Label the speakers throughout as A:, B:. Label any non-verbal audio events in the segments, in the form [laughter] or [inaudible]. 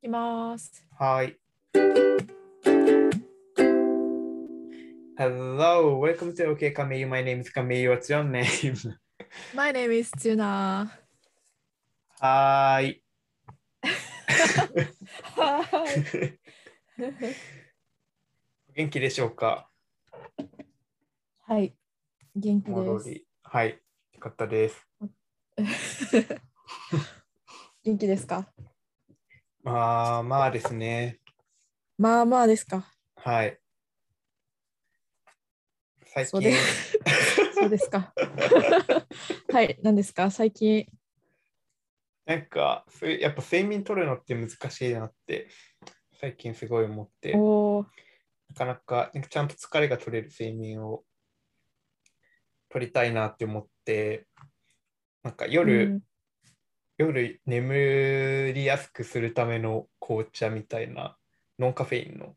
A: きます。
B: はい。Hello, welcome to OK Kameyu. My name is Kameyu. What's your name? [laughs]
A: My name is Tuna.
B: はーい。
A: [laughs]
B: [laughs]
A: はい。
B: お元気でしょうか
A: はい。元気
B: 戻
A: で
B: り。はい。よかったです。
A: す。元気ですか
B: まあまあですね。
A: まあまあですか
B: はい。最
A: そうで
B: 近、
A: す。そうです [laughs] か。はい。何ですか最近。
B: なんか、そういうやっぱ睡眠取るのって難しいなって、最近すごい思って。
A: おー
B: なかなかなんかちゃんと疲れが取れる睡眠を取りたいなって思って、なんか夜、
A: うん
B: 夜眠りやすくするための紅茶みたいなノンカフェインの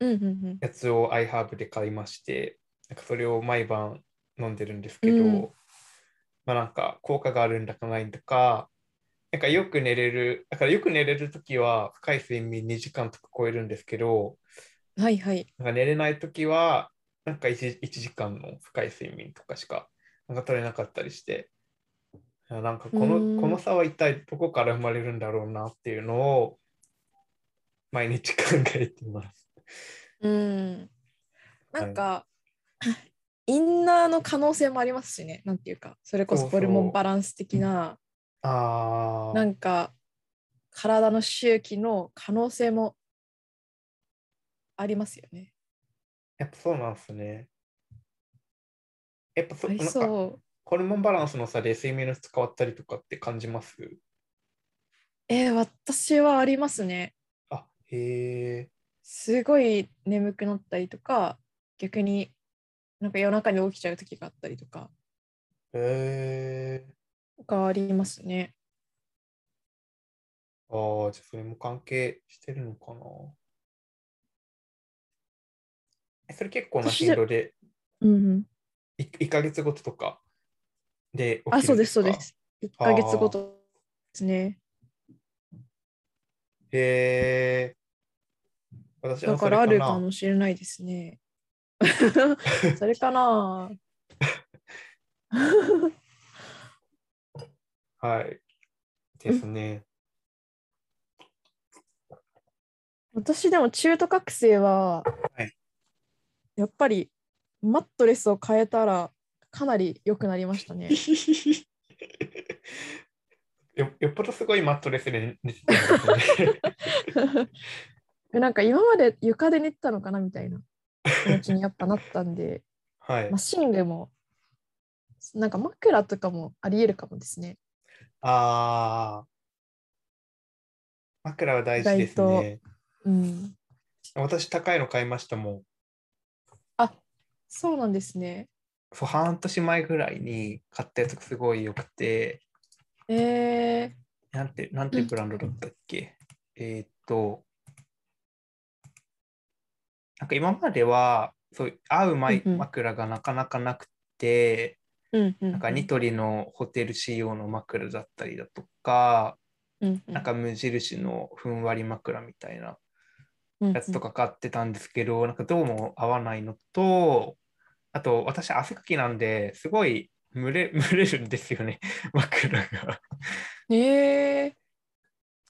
A: うんうんうん。
B: やつを iHerb で買いまして、なんかそれを毎晩飲んでるんですけど、
A: うん
B: まあなんか効果があるんだかないんだか、なんかよく寝れる、だからよく寝れるときは深い睡眠2時間とか超えるんですけど、
A: はいはい。
B: なんか寝れないときは、なんか 1, 一時間の深い睡眠とかしかなんか取れなかったりして、いやなんかこ
A: うーん
B: のこの差は一体どこから生まれるんだろうなっていうのを毎日考えています。
A: うん。なんか、インナーの可能性もありますしね。なんていうか、それこそホルモンバランス的な。
B: あ
A: なんか体の周期の可能性もありますよね。
B: やっぱそうなんですね。やっぱそ
A: あり
B: なんか
A: そう。
B: ホルモンバランスの差で睡眠の質変わったりとかって感じます
A: えー私はありますね。
B: あへえ。
A: すごい眠くなったりとか、逆になんか夜中に起きちゃう時があったりとか
B: へえ。
A: がありますね。
B: ああ、じゃあそれも関係してるのかな。えそれ結構な頻度で
A: うんうん、
B: い1ヶ月ごととかで起
A: あ、
B: き
A: そ
B: る
A: うんです、そう
B: か
A: です。1ヶ月ごとですね。
B: へえ。私は
A: だ
B: そ
A: か
B: れ
A: らある
B: な
A: かもしれないです
B: [laughs]
A: ね。それかな
B: はい。で
A: [laughs]
B: すね。
A: 私でも中途覚醒は、
B: はい
A: やっぱりマットレスを変えたらかなり良くなりました
B: [laughs]
A: ね。
B: よよっぽどすごいマットレスで寝てたんです
A: [laughs]
B: ね。
A: なんか今まで床で寝てたのかなみたいな気持ちにやっぱなったんで、
B: はい
A: まあ、。寝具もなんか枕とかもありえるかもですね。
B: ああ。枕は大事
A: 意
B: で
A: 外
B: す
A: と
B: ね。
A: うん、
B: 私、高いの買いましたもん。
A: そうなんですね。
B: そう半年前ぐらいに買ったやつがすごい良くて、
A: え
B: なんて、なんてブランドだったっけ、えーっと、なんか今までは、そう、合うまい
A: うんうん
B: 枕がなかなかなくて、
A: ー、うんうん、
B: なんかニトリのホテル仕様の枕だったりだとか、
A: うん
B: なんか無印のふんわり枕みたいなやつと
A: か、
B: か買ってたんですけど、なんかどうも合わないのと、あと私汗かきなんで、すごい蒸れ蒸れるんですよね、 [laughs] 枕が。
A: え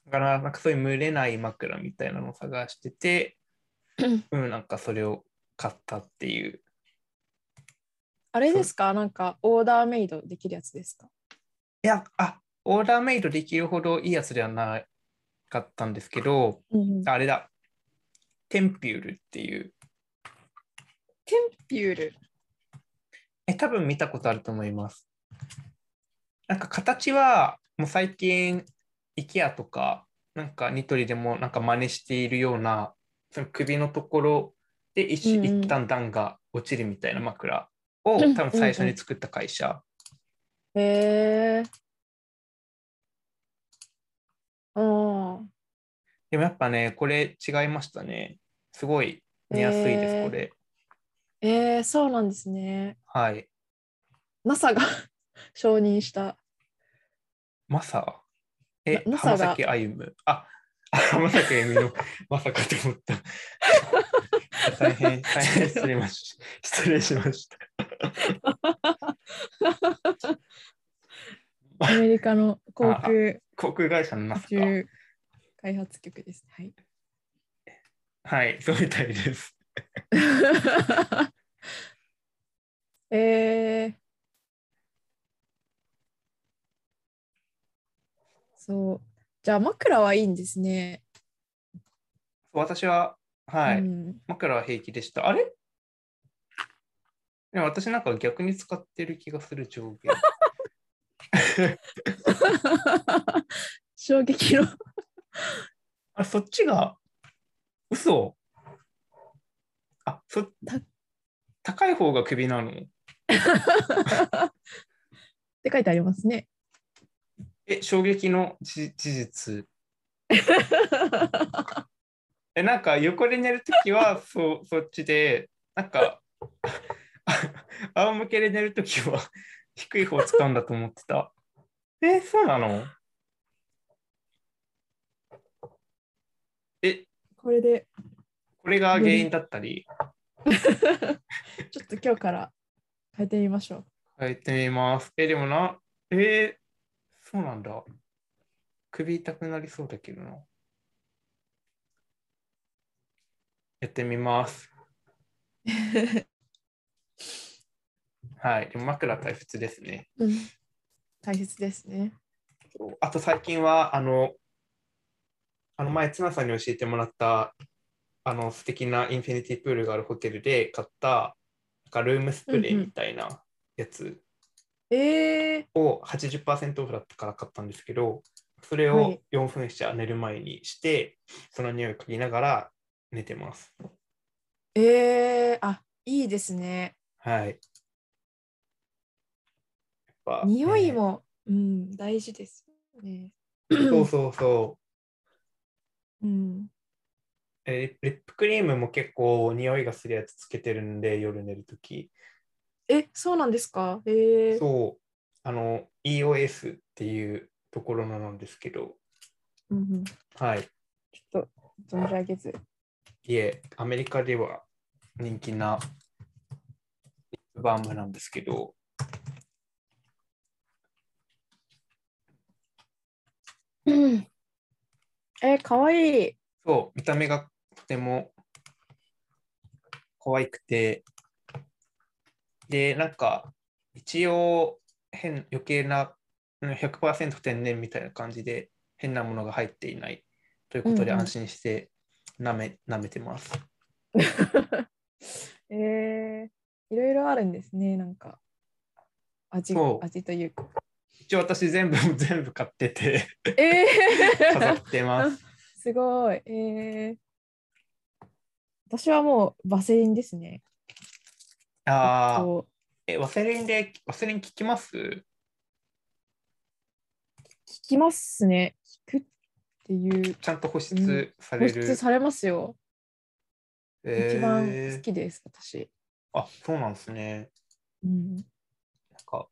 B: だから、なんかそういう蒸れない枕みたいなのを探してて、
A: ー、
B: うん、なんかそれを買ったっていう。
A: あれですかなんかオーダーメイドできるやつですか
B: いや、あオーダーメイドできるほどいいやつではなかったんですけど、
A: うんうん
B: あれだ、テンピュールっていう、
A: テンピュール。
B: え、多分見たことあると思います。なんか形は、もう最近、IKEA とか、なんかニトリでもなんか真似しているような、その首のところで一,、
A: うんうん
B: 一旦段が落ちるみたいな枕を、
A: うん
B: 多分最初に作った会社。
A: へえ。うん。
B: でもやっぱね、これ違いましたね。すごい寝やすいです、
A: へー
B: これ。
A: えー、そうなんですね。
B: はい。
A: NASA が [laughs] 承認した。
B: マサえ、
A: な NASA が
B: 浜崎あゆむ。あ、あまさか
A: [laughs]
B: 闇の、まさかと思った。大変、大変失礼まし失礼しました。
A: アメリカの航空
B: 航空会社のナ
A: 宇
B: スカ。
A: 宙開発局です。はい。 [laughs]
B: はい、そうみたいです。
A: えー、そう。じゃあ枕はいいんですね。
B: 私は、はい、
A: うん、
B: 枕は平気でした。あれでも私なんか逆に使ってる気がする
A: [laughs]
B: 上下。
A: 衝撃の。 [laughs]
B: あ、そっちが、嘘あ、そ、
A: た
B: 高い方が首なの
A: って書いてありますね。
B: え、衝撃の事事実。え、なんか横で寝るときは、そう、そっちで、なんか、あ仰向けで寝るときは、低い方使うんだと思ってた。え、そうなのえ、
A: [laughs] これで
B: これが原因だったり、
A: ちょっと今日から変えてみましょう。 [laughs]
B: 変えてみます。え、でもな、えーそうなんだ。首痛くなりそうだけどな。やってみます。はい。でも枕大切ですね。
A: うん、大切ですね。
B: あと最近は、あの、あの前、綱さんに教えてもらった、あの、素敵なインフィニティプールがあるホテルで買った、なんかルームスプレーみたいなやつ。
A: えー、
B: を80%オフだったから買ったんですけど、それ
A: は
B: を
A: い
B: 4分し寝る前にして、その匂いを嗅ぎながら寝てます。
A: えー、あいいですね。
B: はい。やっぱ
A: 匂い、
B: ね
A: も、うん、大事ですよね。
B: そうそうそう。
A: うん、
B: えーリップクリームも結構匂いがするやつつけてるんで、夜寝るとき。
A: え、そうなんですかえー、
B: そう。あの、EOS っていうところのなんですけど、
A: うんうん、ち
B: はい。
A: ょっと存じ上げず。
B: いえ、アメリカでは人気なリップバームなんですけど、
A: うん、えー、かわいい。 [laughs]
B: そう、見た目がとても可愛くて、で、なんか、一応、変、余計な、うん100%天然みたいな感じで、変なものが入っていないということで、
A: うんうん
B: 安心して舐め、舐めてます。
A: えー、いろいろあるんですね、なんか。味
B: そう
A: 味というか。
B: 一応、私、全部、 [laughs] 全部買ってて、
A: え
B: [laughs]
A: ー
B: 飾っ、
A: [laughs]
B: てます。
A: すごい。えー、私はもうバセリンですね。
B: ああ、
A: こう
B: え、ワセリンで、ワセリン効きます
A: 聞きますね。聞くっていう。
B: ちゃんと保湿
A: う
B: さ
A: 保
B: れる。
A: 湿されますよ。
B: え
A: 一番好きです、私。
B: あ、そうなんですね。
A: うん、
B: なんか、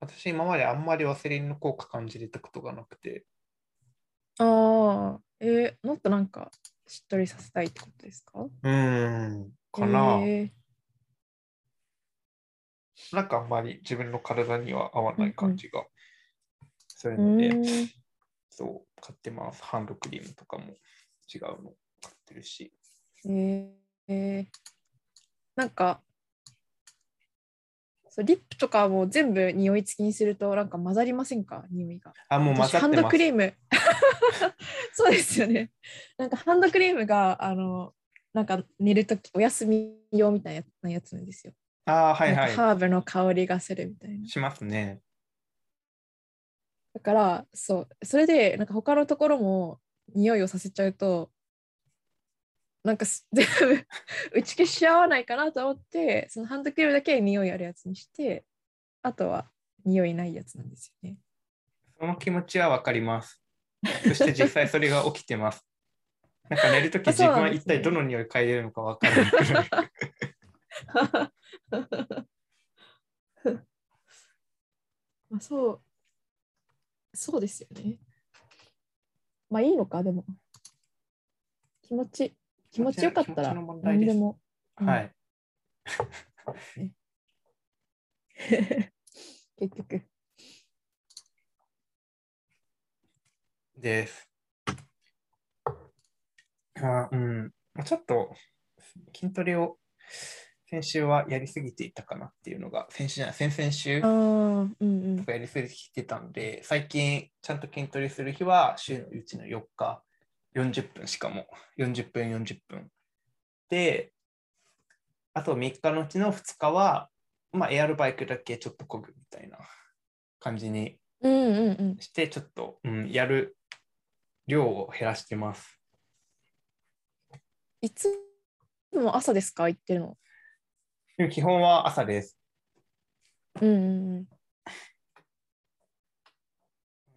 B: 私今まであんまりワセリンの効果感じれたことがなくて、
A: ああ、えー、もっとなんかしっとりさせたいってことですか
B: うーん、かな、
A: え
B: なんかあんまり自分の体には合わない感じがする
A: ーう
B: ので、
A: ーん
B: そう、買ってます。ハンドクリームとかも違うの買ってるし。
A: えーえーなんかそうリップとかも全部匂い付きにするとなんか混ざりませんか匂いが。
B: あ、もう混
A: 私
B: ざ
A: ハ
B: っ
A: ン
B: て
A: ド
B: ま
A: ク
B: す。
A: リーム [laughs] そうですよねなんかハンドクリームがあのなんか寝るときお休み用みたいなやなやつなんですよ、
B: あー、はい
A: なんか
B: は。
A: ハーブの香りがするみたいない
B: しますね。
A: だからそうそれでなんか他のところも匂いをさせちゃうとなんかす [laughs] 全部打ち消し合わないかなと思ってそのハンドクリームだけ匂いあるやつにしてあとは匂いないやつなんですよね。
B: その気持ちはわかります。そして実際それが起き
A: [laughs]
B: てます。なんか寝るとき
A: あ
B: 自
A: そうな
B: 分
A: ん
B: は
A: ですね
B: 一体どの匂い嗅いでるのかわからないくらい。
A: [laughs] まあそう、そうですよね。まあいいのか、でも。気持ち、気持ちよかったら
B: 気持ちの問題
A: 何
B: で
A: ですも。 [laughs] うん
B: はい。
A: 結局。
B: です。まあ、うん。ちょっと筋トレを先週はやりすぎていたかなっていうのが、先週じゃない、先々週
A: ああ、うんうん。
B: やりすぎてたので、最近ちゃんと筋トレする日は週のうちの4日、40分しかも、40分、40分。で、あと3日のうちの2日は、まあ、エアロバイクだけちょっとこぐみたいな感じに
A: うんうんうん。
B: して、ちょっと、うん、やる量を減らしてます。
A: いつも朝ですか行ってるの。
B: でも基本は朝です。
A: うんうんうん。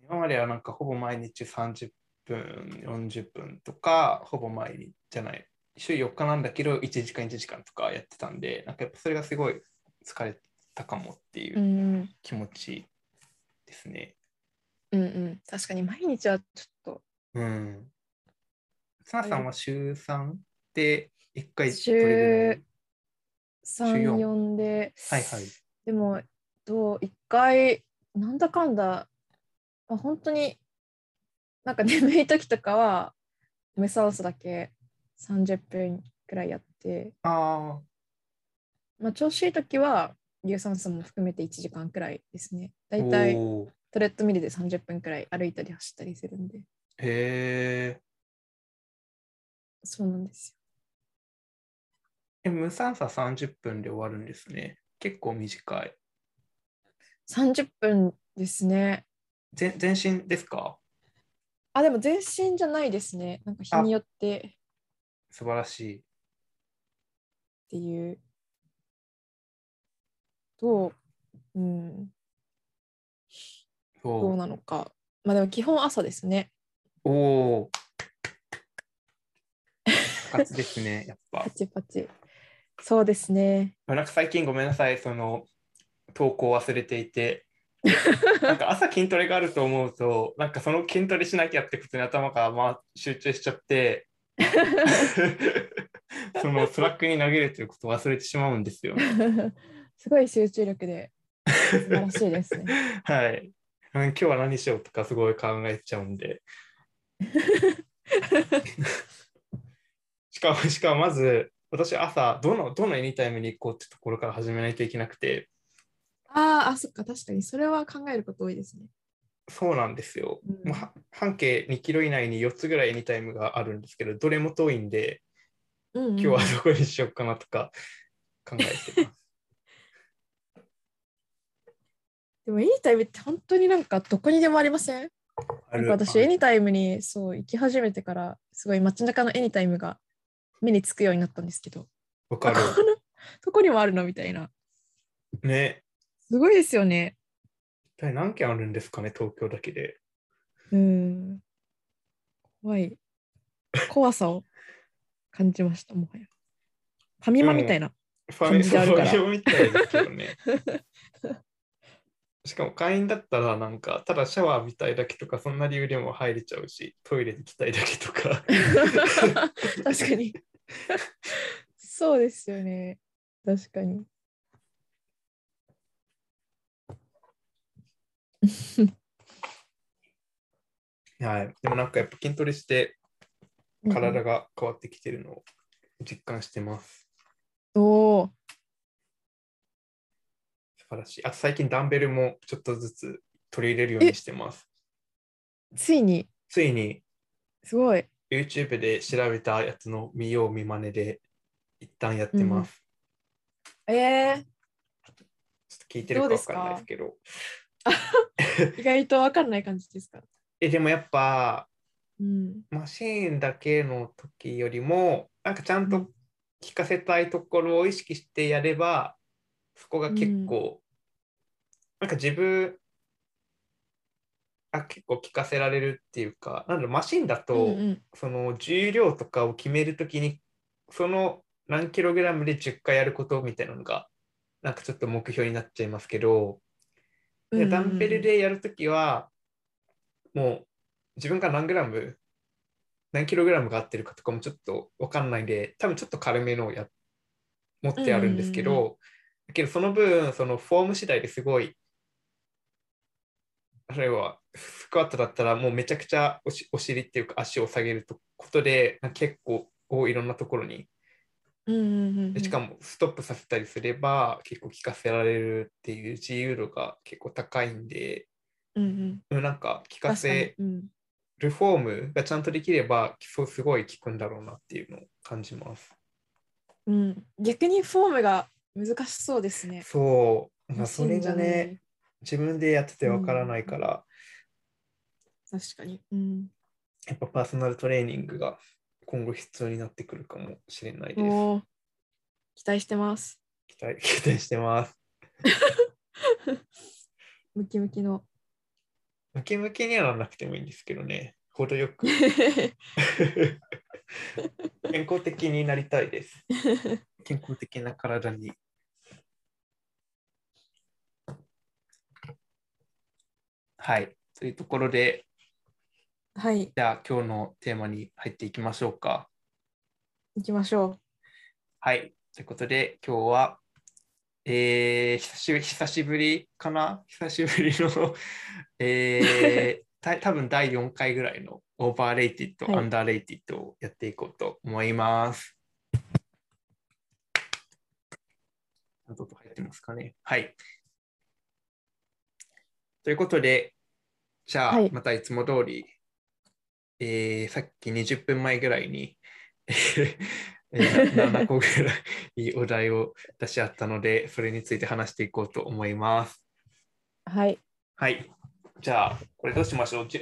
B: 今まではなんかほぼ毎日30分、40分とか、ほぼ毎日じゃない、週4日なんだけど、1時間、1時間とかやってたんで、なんかやっぱそれがすごい疲れたかもっていううん気持ちですね。
A: うんうん。確かに毎日はちょっ
B: うん。さなさんは週3で1回
A: 週
B: どれぐらい
A: と
B: 週
A: 3、
B: 四
A: 4で。
B: はいはい。
A: でも、どう一回、なんだかんだ、まあ、本当になんか眠い時とかは、メサウスだけ30分くらいやって、
B: あ
A: まあ、調子いい時は、有酸素も含めて1時間くらいですね。
B: あ、
A: だいたい
B: おー
A: トレッドミルで30分くらい歩いたり走ったりするんで、
B: へー
A: そうなんですよ。
B: え、無酸素は30分で終わるんですね。結構短い。
A: 30分ですね。
B: 全全身ですか
A: あ、でも全身じゃないですね。なんか日
B: あ
A: によってっ
B: 素晴らしい。
A: ていう。どう、うん、
B: そう
A: どうなのか。まあでも基本朝ですね。
B: おお。復活です [laughs] ね、やっぱ
A: パ。チパチ。そうですね。 [laughs]
B: なんか最近ごめんなさい、その投稿忘れてい [laughs] て。なんか朝筋トレがあると思うと、なんかその筋トレしなきゃってことに頭がまあ集中しちゃ [laughs] って、そのスラックに投げるということを忘れてしまうんですよ。
A: すごい集中力で素晴らしいです
B: [laughs]
A: ね。
B: はい。うん今日は何しようとかすごい考えちゃう
A: [laughs]
B: んで。しかも、しかもまず、私朝、どの、どのエニタイムに行こうってところから始めないといけなくて、
A: あーあ、そっか、確かにそれは考えること多いですね。
B: そうなんですよ。
A: うん
B: もうは半径2キロ以内に4つぐらいエニタイムがあるんですけど、どれも遠いんで、
A: うん、うん。
B: 今日はどこにしようかなとか考えてます。
A: [laughs] でもエニタイムって本当になんかどこにでもありません
B: あ
A: なん
B: る
A: か私、エニタイムにそう行き始めてから、すごい街中のエニタイムが目につくようになったんですけど、あ
B: わか
A: この [laughs]
B: る。
A: どこにもあるのみたいな。
B: ね。
A: すごいですよね。
B: 一体何件あるんですかね、東京だけで。
A: うん。怖い。怖さを感じました、もはや。ファミマみたいな。
B: ファミ
A: 感じであるから
B: そうみたいですけどね。しかも会員だったらなんかただシャワー浴びたいだけとかそんな理由でも入れちゃうしトイレ行きたいだけとか
A: 確かに。そうですよね。確かに。
B: はいでもなんかやっぱ筋トレして体が変わってきてるのを実感してます
A: うんおー
B: 素晴らしいあと最近ダンベルもちょっとずつ取り入れるようにしてます
A: ついに、
B: ついに
A: すごい。
B: YouTube で調べたやつの見よう見まねで一旦やってます、
A: ええ
B: ちょっと聞いてるかわかんないですけど
A: 意外と分かんない感じですか。
B: えでもやっぱ
A: うん。
B: マシーンだけの時よりもなんかちゃん
A: うん
B: と聞かせたいところを意識してやればそこが結構、なんか自分あ結構聞かせられるっていうかなんだろうマシンだと、
A: うんうん
B: その重量とかを決めるときにその何キログラムで10回やることみたいなのがなんかちょっと目標になっちゃいますけど、でダンベルでやるときは、もう自分が何グラム何キログラムが合ってるかとかもちょっと分かんないんで多分ちょっと軽めのをや持ってあるんですけ
A: うんうん
B: ど、だけどその分そのフォーム次第ですごい例えばスクワットだったらもうめちゃくちゃおしお尻っていうか足を下げるとことで結構いろんなところに
A: うんうんうんう
B: で
A: ん。
B: しかもストップさせたりすれば結構効かせられるっていう自由度が結構高いんで
A: うんうん。
B: でもなんか効
A: 確
B: か
A: かに
B: せ。
A: うん。
B: るフォームがちゃんとできればそうすごい効くんだろうなっていうのを感じます。
A: うん。逆にフォームが難しそうですね。
B: そう、まあ、
A: マシ
B: そ
A: ン
B: れじゃね自分でやっててわからないから、
A: がね。確かに。うん。
B: やっぱパーソナルトレーニングが今後必要になってくるかもしれないです。
A: おー期待してます。
B: 期待 [laughs] 期待してます。
A: ムキムキ
B: [laughs]
A: の。
B: ムキムキにはならなくてもいいんですけどね、程よく [laughs] 健康的になりたいです。健康的な体に。はい。というところで、
A: はい、
B: じゃあ今日のテーマに入っていきましょうか。
A: 行きましょ
B: はい。ということで、今日は、えー久しぶり、久しぶりかな久しぶりの、 [laughs] えー、た多分第4回ぐらいのオーバーレイティッド、
A: はい
B: アンダーレイティッドをやっていこうと思います。ちゃんと音入ってますかねはい。ということで、じゃあ、
A: はい
B: またいつも通り、えーさっき20分前ぐらいに、 [laughs] えーえーな7個ぐらいお題を出し合ったので、それについて話していこうと思います。
A: う。はい、
B: はい。じゃあ、これどうしましょう [laughs] じ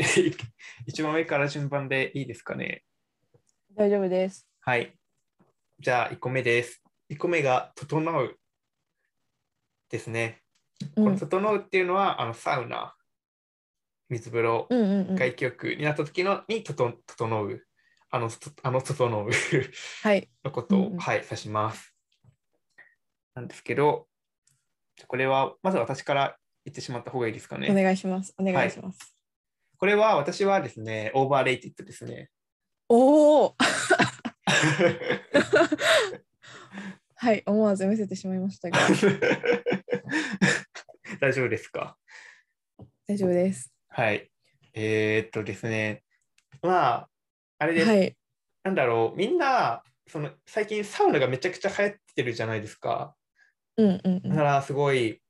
B: 一番上から順番でいいですかね
A: 大丈夫です。
B: はい。じゃあ、1個目です。1個目が、整うですね。
A: うん、う
B: この
A: ん
B: 整うっていうのは、あのサウナ、水風呂、
A: うんうん。
B: 外気浴になった時のにとと整う。あの、とあの整う。
A: はい、
B: のことを、
A: うんうん
B: はい、指します。なんですけど、これはまず私から言ってしまった方がいいですか
A: お
B: ね。
A: 願いします。お願いします。
B: これは私はですね、オーバーレイティッドですね。 [laughs]
A: おお、はい、思わず見せてしまいましたが、
B: 大丈夫ですか
A: 大丈夫です。
B: はい。えーっとですね、まあ、あれです、
A: はい、
B: なんだろう、みんな、その最近サウナがめちゃくちゃ流行ってるじゃないですか。
A: うんうんう
B: だか
A: ん。
B: らすごい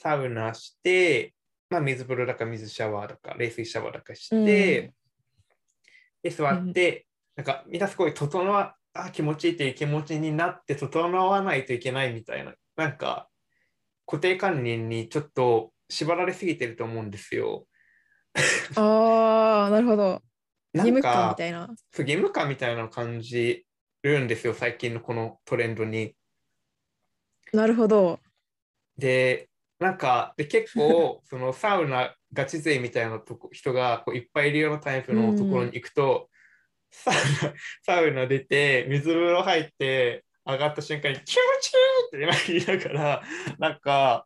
B: サウナして、まあ、水風呂だか水シャワーだか冷水シャワーだかして、
A: うん
B: で座って、なんかみんなすごい整わあ気持ちいいっていう気持ちになって整わないといけないみたいななんか固定観念にちょっと縛られすぎてると思うんですよ。
A: ああ、なるほど。
B: な
A: 義
B: ん
A: 務感み
B: か
A: たいな。
B: そう義務感みたいなのを感じるんですよ最近のこのトレンドに。
A: なるほど。
B: で、なんか、で結構、そのサウナガチ勢みたいなとこ人がこういっぱいいるようなタイプのところに行くと、サウナ、サウナ出て、水風呂入って、上がった瞬間に気持ちいいって言いながら、なんか、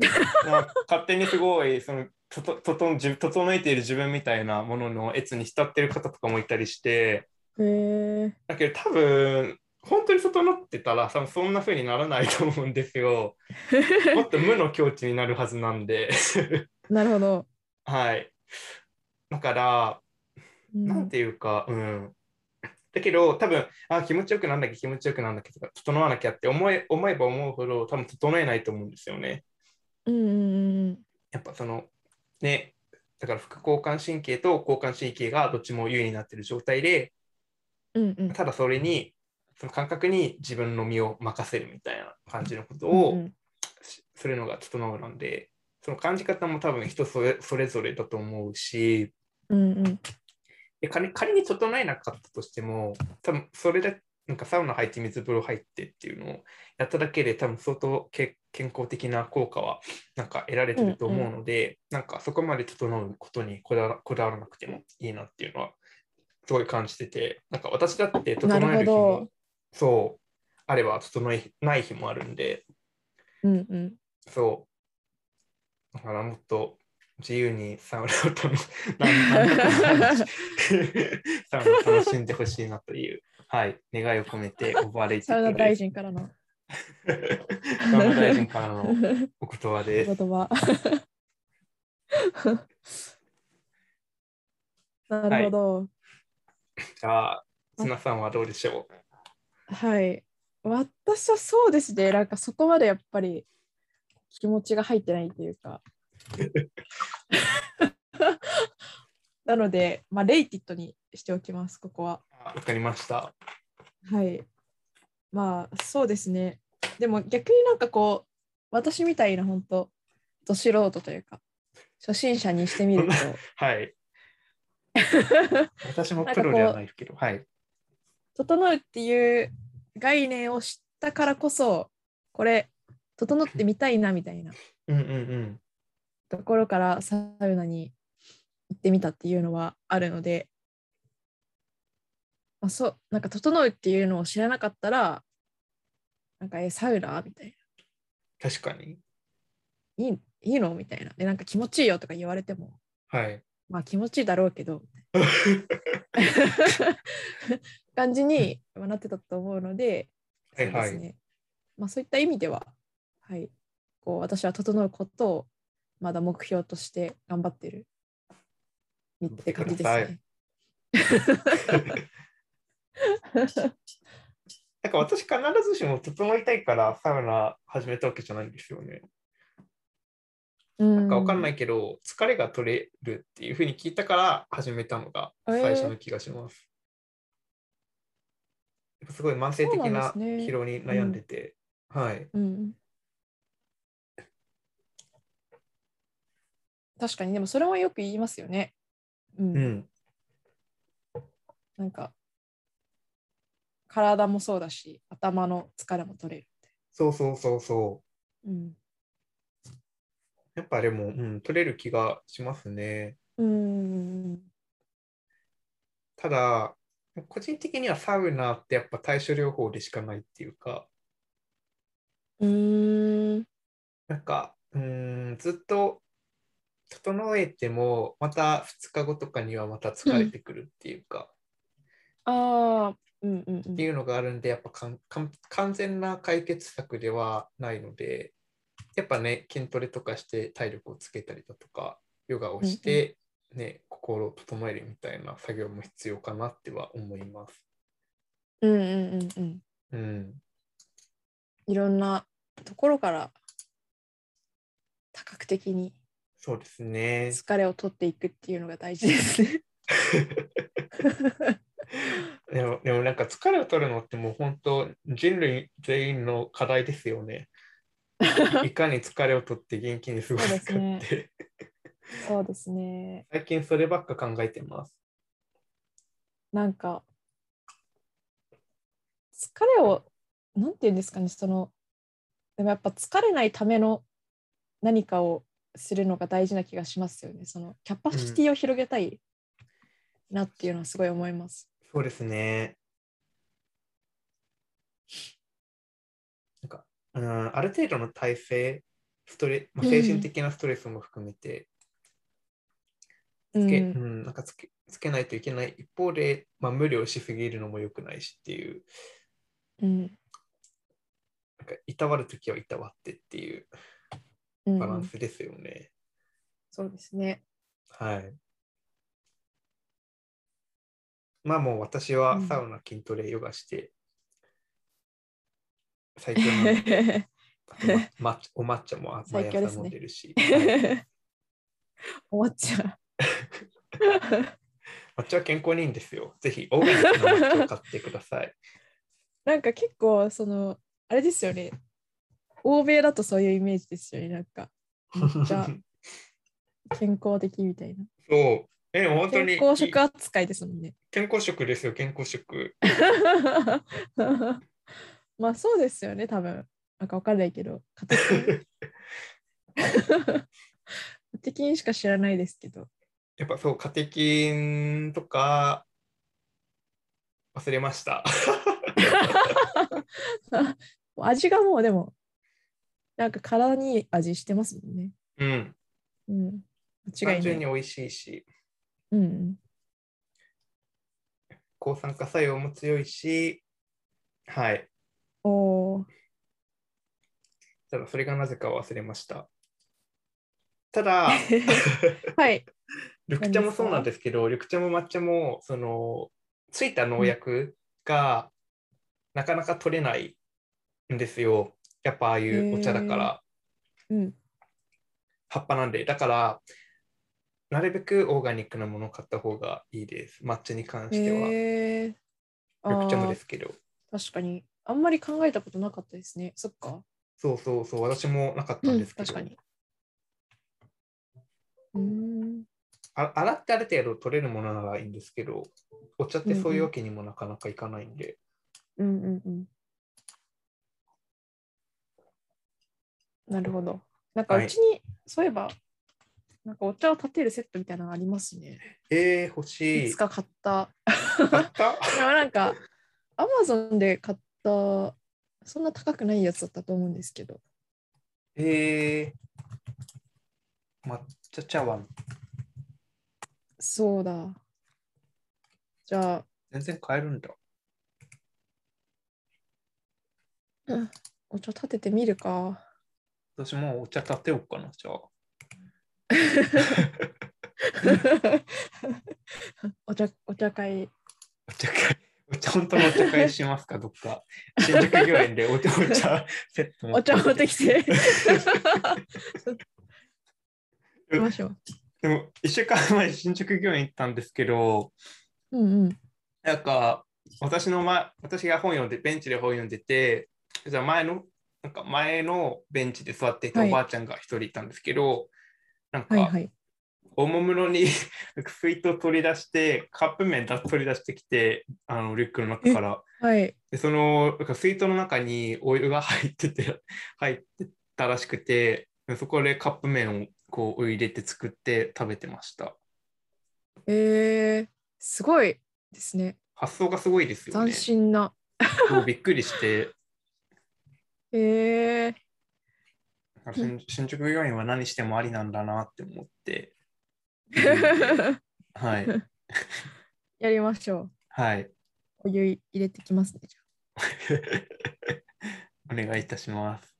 B: なんか勝手にすごい、その、ととととんじ整えている自分みたいなものの越に浸ってる方とかもいたりして、
A: へえ。
B: だけど多分、本当に整ってたら、多分そんな風にならないと思うんですよ。 [laughs] もっと無の境地になるはずなんで、
A: なるほど。
B: はい。だから、
A: う
B: なんていうか、うん。だけど、多分あ気持ちよくなんだっけ、気持ちよくなんだっけとか、整わなきゃって思え思えば思うほど、多分整えないと思うんですよね。
A: うんうんうん
B: やっぱその、ね、だから副交感神経と交感神経がどっちも優位になってる状態で、
A: うんうんうん。
B: ただそれに、その感覚に自分の身を任せるみたいな感じのこと
A: う
B: を
A: ん
B: しするのが整うなんで、その感じ方も多分人それそれぞれだと思うし、
A: うんうん
B: で仮に仮に整えなかったとしても多分それでなんかサウナ入って水風呂入ってっていうのをやっただけで多分相当け健康的な効果はなんか得られてると思うので、なんかそこまで整うことにこだわこだわらなくてもいいなっていうのはすごい感じててなんか私だって整
A: なる
B: え
A: ほ
B: る日も
A: ど。
B: そうあれば整えない日もあるんで
A: うんうん。
B: そうだからもっと自由にサウナを楽し
A: [laughs]
B: なんなんだかんだ話サウナを楽しんでほしいなという、はい、願いを込めてオーバーレイティ
A: サウ
B: ッ
A: ナ
B: ド
A: 大
B: です。
A: 臣からの
B: サウナ大臣からのお言
A: [laughs]
B: 葉
A: お
B: です
A: 言。葉。なるほど。
B: じゃあ、綱さんはどうでしょう
A: はい。私はそうですね。なんかそこまでやっぱり気持ちが入ってないというか。 [laughs] なので、まあ、レイティットにしておきます、ここは。
B: あわかりました。
A: はい。まあ、そうですね。でも逆になんかこう、私みたいな本当、ど素人というか、初心者にしてみると、
B: はい。私もプロではないけど、はい。
A: 整うっていう概念を知ったからこそ、これ、整ってみたいなみたいな。
B: うんうんうん。
A: ところからサウナに行ってみたっていうのはあるので、まあ、そうなんか整うっていうのを知らなかったらなんかえサウナみたい
B: 確かに。
A: ないいいいのみたいなでなんか気持ちいいよとか言われても
B: はい。 [laughs]
A: まあ気持ちいいだろうけど感じにまあなってたと思うので
B: は
A: そ
B: いうは
A: で
B: い
A: すねまあそういった意味では、はい、こう私は整うことをまだ目標として頑張ってるって感じですね。 [laughs]
B: なんか私必ずしも整いたいからサウナ始めたわけじゃないんですよね。
A: な。
B: なんかわかんないいけど、疲れが取れるっていうふうに聞いたから始めたのが最初の気がします。やっぱすごい慢性的
A: そ
B: な
A: うなんですね
B: 疲労に悩んでて、はい。
A: うん、確かにでもそれはよく言いますよね。うん
B: うん。
A: なんか体もそうだし頭の疲れも取れるって。
B: そうそうそうそう。
A: うん
B: やっぱでも、うん、取れる気がしますね。
A: うーん
B: ただ、個人的にはサウナってやっぱ対処療法でしかないっていうか、
A: うーん
B: なんか、うーん、ずっと整えても、また2日後とかにはまた疲れてくるっていうか、
A: ああうんうんう
B: って
A: ん
B: いうのがあるんで、やっぱかんかん完全な解決策ではないので、やっぱね、筋トレとかして体力をつけたりだとか、ヨガをして、ね、心を整えるみたいな作業も必要かなっては思います。
A: うんうんうんうん
B: うん、
A: いろんなところから多角的に
B: そうですね。
A: 疲れを取っていくっていうのが大事ですね。
B: でもでもなんか疲れを取るのってもう本当人類全員の課題です
A: [laughs]
B: よね。いかに疲れを取って元気に過ごすかって、
A: そうで [laughs] そうですね。
B: 最近そればっか考えてます。
A: なんか疲れをなんて言うんですかねそのでもやっぱ疲れないための何かをするのが大事な気がしますよねそのキャパシティを広げたいなっていうのはすごい思います。
B: そうですね。なんか、うん、ある程度の体制、ストレまあ、
A: うん
B: 精神的なストレスも含めて、
A: う
B: つけ
A: ん
B: うん、なんかつけつけないといけない一方で、まあ、無理をしすぎるのも良くないしっていう、
A: うん
B: なんかいたわるときはいたわってっていう
A: う
B: バラン
A: ん、
B: スですよね。
A: そうですね。 [laughs]
B: はい。まあもう私はサウナ、筋トレ、ヨガして、最強のあと
A: [laughs]
B: ま抹お抹茶もあ
A: 最
B: 毎
A: 強で
B: 朝
A: すね
B: 飲んでるし、
A: [laughs]
B: はい
A: お抹茶。
B: 抹茶は健康にいいんですよ。ぜひ、オーガニックの抹茶を買ってください。
A: [laughs] なんか結構そのあれですよね欧米だとそういうイメージですよねなんか [laughs] 抹
B: [laughs]
A: 茶健康的みたいな。
B: そう。え、本当に
A: 健康食扱いですもんね。 [laughs]
B: 健康食ですよ、健康食。
A: まあそうですよね、多分なんかわかんないけど、形に的にしか知らないですけど。
B: やっぱそう、カテキンとか、忘れました。 [laughs]
A: 味がもうでも、なんか体にいい味してますもんね。
B: うん。
A: うん。間違
B: 単
A: い
B: 純
A: な
B: に
A: い。
B: 美味しいし
A: うん。
B: 抗酸化作用も強いしはい
A: お
B: [laughs]
A: お。
B: ただそれがなぜか忘れましたただ
A: はい。
B: 緑茶もそうなんですけど緑茶も抹茶もそのついた農薬がなかなか取れないんですよやっぱああいうお茶だから、
A: うん。
B: 葉っぱなんでだからなるべくオーガニックなものを買った方がいいです抹茶に関しては、
A: へえ。あ
B: 緑茶も
A: あ
B: ですけど
A: ー、確かに。あんまり考えたことなかったですね。そっか。
B: そうそうそう私もなかった
A: うんん、
B: ですけ
A: 確
B: ど、
A: かに。うーん。
B: あ洗ってある程度取れるものならいいんですけどお茶ってそういうわけにもなかなかいかないんで、
A: うんうんうん。なるほど。なんか
B: はいう
A: ちに、そういえば、なんかお茶を立てるセットみたいなのありますね。
B: えー、欲しい
A: いつか買
B: [laughs]
A: った。
B: 買った
A: でもなんか、アマゾンで買った、そんな高くないやつだったと思うんですけど。
B: えー、抹茶茶碗
A: そうだ。じゃあ、
B: 全然買えるんだ
A: お茶立ててみる
B: [laughs]
A: か。
B: 私もお茶立てようかなじゃあ
A: お茶、お茶会。
B: お茶会お茶本当のお茶会しますかどっ [laughs] か新宿御苑でお茶お茶セット持
A: お
B: っ
A: 茶
B: てき
A: 持
B: て
A: ってきて。行きましょ [laughs] う。
B: でも1週間前新宿御苑行ったんですけど
A: うんうん。
B: なんか私の前私が本読んでベンチで本読んでてじゃあ前のなんか前のベンチで座っていた
A: はい
B: おばあちゃんが一人いたんですけど、なんか、
A: はいはい。
B: おもむろに [laughs] なんか水筒取り出してカップ麺だ取り出してきてあのリュックの中から
A: はい。
B: でそのなんか水筒の中にお湯が入ってて [laughs] 入ってたらしくてそこでカップ麺をこうお湯入れて作って食べてました
A: えー、すごいですね。
B: 発想がすごいですよね
A: 斬新な。
B: そうびっく
A: [laughs]
B: りして
A: えー、
B: なんか新新宿御苑は何してもありなんだなって
A: [laughs]
B: 思って、はい
A: やりましょ
B: はい、 [laughs]
A: う。お湯入れてきますね。じゃ
B: お願いいたします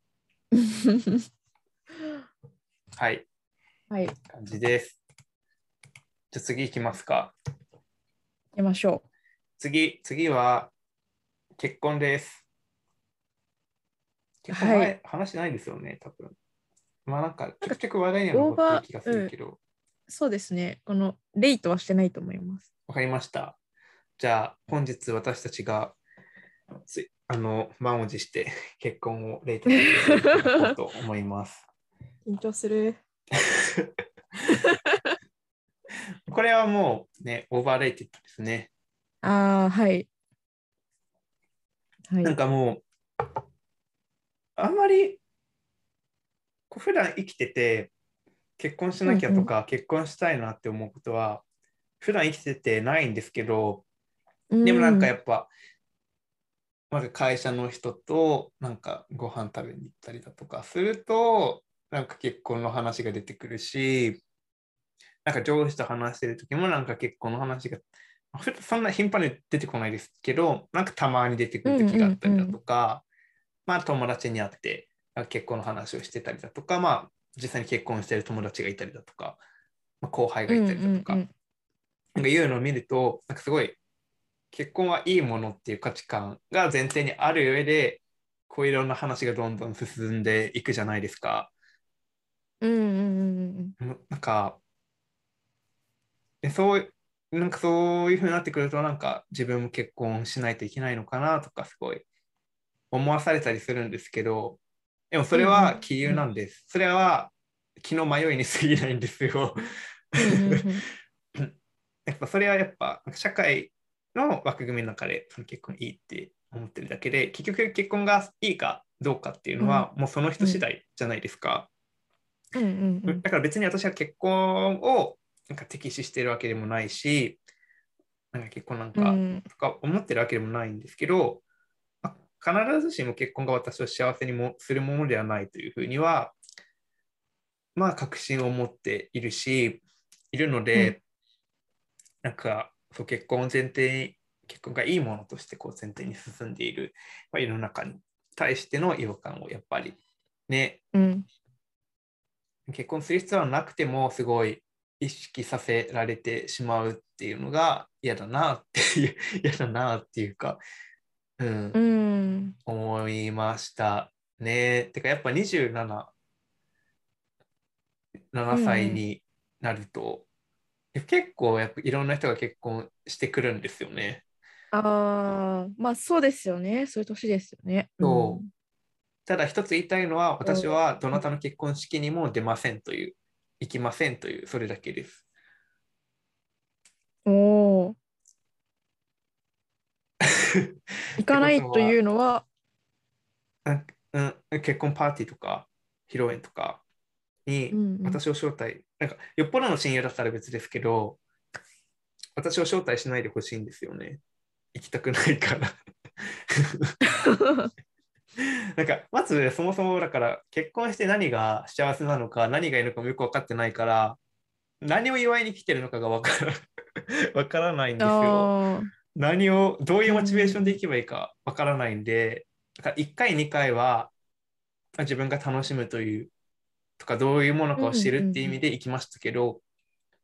B: はい
A: [laughs] あはい。行
B: 感じですじゃあ次行きますか
A: きましょ
B: 次、次は結婚です。結婚
A: はい
B: 前話してないですよね、多分。まあなんか、ちょくちょく話題には上ってる気がするけど、わ、
A: う。そうですね。このレイトはしてないと思います。
B: かりました。じゃあ、本日私たちが、つあの、満を持して [laughs] 結婚をレイトにしていただこうと思います。
A: 緊張する。
B: これはもうね、オーバーレイテッドですね。
A: ああ、はい。はい
B: なん。かもう、あんまり、こう普段生きてて、結婚しなきゃとか、結婚したいなって思うことは、普段生きててないんですけど、でもなんかや
A: っ
B: っぱ、まず会社の人と、なんかご飯食べに行ったりだとかすると、なんか結婚の話が出てくるし、なんか上司と話してる時も、なんか結婚の話が、ふそんな頻繁に出てこないですけど、なんかたまに出てくる時があったりだとか、まあ友達に会って、なんか結婚の話をしてたりだとか、まあ実際に結婚してる友達がいたりだとか、まあ、後輩がいたりだとか、なんかいうのを見ると、なんかすごい結婚はいいものっていう価値観が前提にある上で、こういろんな話がどんどん進んでいくじゃないですか。
A: うんうんうんうん
B: うんなんか、でそうなんかそういうふうになってくると、なんか自分も結婚しないといけないのかなとか、すごい思わされたりするんですけど、でもそれは杞憂なんです。それは気の迷いに過ぎないんですよ。
A: うんうんうん。
B: やっぱそれはやっぱ社会の枠組みの中でその結婚いいって思ってるだけで結局結婚がいいかどうかっていうのはもうその人次第じゃないですか、
A: うんうん
B: [laughs]
A: うん
B: だから別に私は結婚をなんか敵視してるわけでもないしなんか結婚なん
A: う
B: か
A: ん
B: とか思ってるわけでもないんですけど、まあ必ずしも結婚が私を幸せにもするものではないというふうにはまあ確信を持っているし、いるので、
A: う
B: なんかそう結婚を前提に、結婚がいいものとしてこう前提に進んでいる、まあ、世の中に対しての違和感をやっぱりね、
A: うん。
B: 結婚する必要はなくてもすごい意識させられてしまうっていうのが嫌だなっていう、嫌だなっていうか、うん
A: う、ん。
B: 思いましたね。てかやっぱ27、7歳になると、結構やっぱいろんな人が結婚してくるんですよね。
A: ああ、まあそうですよね。そういう年ですよね。
B: そうんただ一つ言いたいのは、私はどなたの結婚式にも出ませんという、行きませんという、それだけです。
A: お [laughs] お。行かないというのは、
B: うん、結婚パーティーとか、披露宴とかに
A: うんうん
B: 私を招待、なんかよっぽどの親友だったら別ですけど、私を招待しないでほしいんですよね。行きたくないから。 [laughs] なんかまずそもそもだから結婚して何が幸せなのか何がいいのかもよく分かってないから何を祝いに来てるのかが分から [laughs] 分からないんですよ。
A: あ
B: 何をどういうモチベーションでいけばいいか分からないんでだから1回2回は自分が楽しむというとかどういうものかを知るっていう意味で行きましたけど、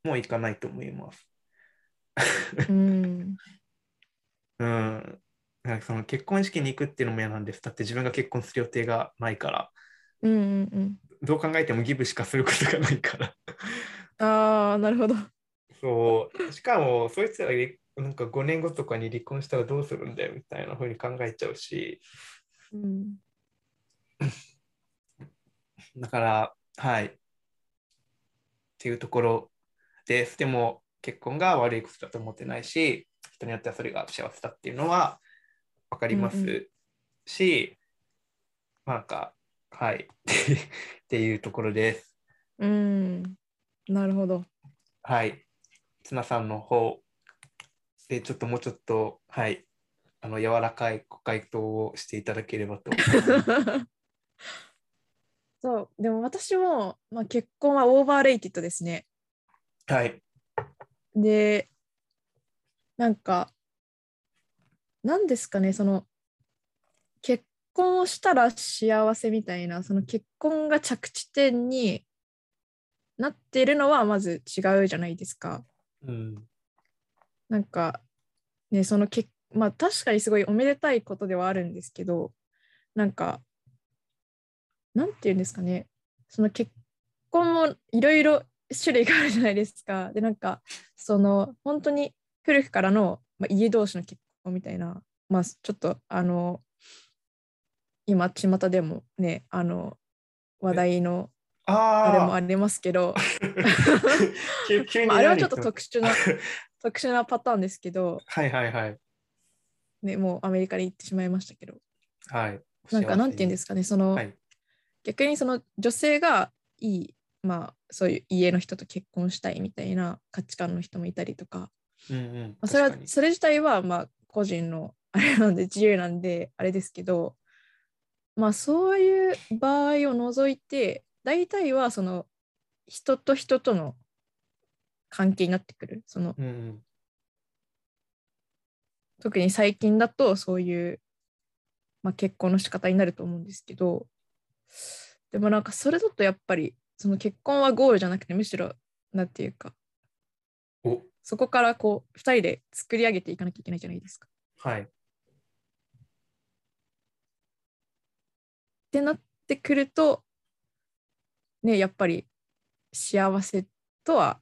B: もう行かないと思います。
A: あ、うん。
B: うん、なんかその結婚式に行くっていうのも嫌なんですだって自分が結婚する予定がないから。
A: うんうん
B: どう考えてもギブしかすることがないから。
A: うん。ああ、なるほど。
B: そう。しかも、そいつらりなんか5年後とかに離婚したらどうするんだよみたいな風に考えちゃうし、
A: うん。
B: だから、はい。っていうところです。でも、結婚が悪いことだと思ってないし、人によってはそれが幸せだっていうのは分かります
A: うんう
B: し、まあなんか、はい。 [laughs] っていうところです。
A: うん。なるほど。
B: はい、綱さんの方でちょっともうちょっと、はい、あの柔らかいご回答をしていただければと。
A: [laughs] そう、でも私も、まあ、結婚はオーバーレイティッドですね。
B: はい、
A: で、なんか、なんですかね、その、結婚をしたら幸せみたいな、その結婚が着地点になっているのはまず違うじゃないですか。
B: うん、
A: なんか、ね、そのけ、まあ確かにすごいおめでたいことではあるんですけど、なんか、なんていうんですかね、その結婚もいろいろ種類があるじゃないですか。で、なんか、その、本当に古くからの、まあ、家同士の結婚みたいな、まあちょっと、あの、今、巷でもね、あの、話題のあれも
B: ああ
A: ありますけど、
B: [laughs] 急急に
A: まあ、あれはちょっと
B: 何
A: 特殊な、特殊なパターンですけど、
B: はいはいはい。
A: ね、もうアメリカに行ってしまいましたけど、
B: はい、
A: なんかなんて言うんですすかね、その、
B: はい
A: 逆にその女性がいい、まあそういう家の人と結婚したいみたいな価値観の人もいたりとか、
B: うんうん、
A: まあ、それは
B: 確かに
A: それ自体はまあ個人のあれなんで自由なんであれですけど、まあそういう場合を除いて、大体はその人と人との関係になってくる、その
B: うんうん
A: 特に最近だとそういう、まあ、結婚の仕方になると思うんですけどでもなんかそれだとやっぱりその結婚はゴールじゃなくてむしろなんていうか
B: お
A: そこからこう2人で作り上げていかなきゃいけないじゃないですか。っ
B: はい、
A: てなってくるとねやっぱり幸せとは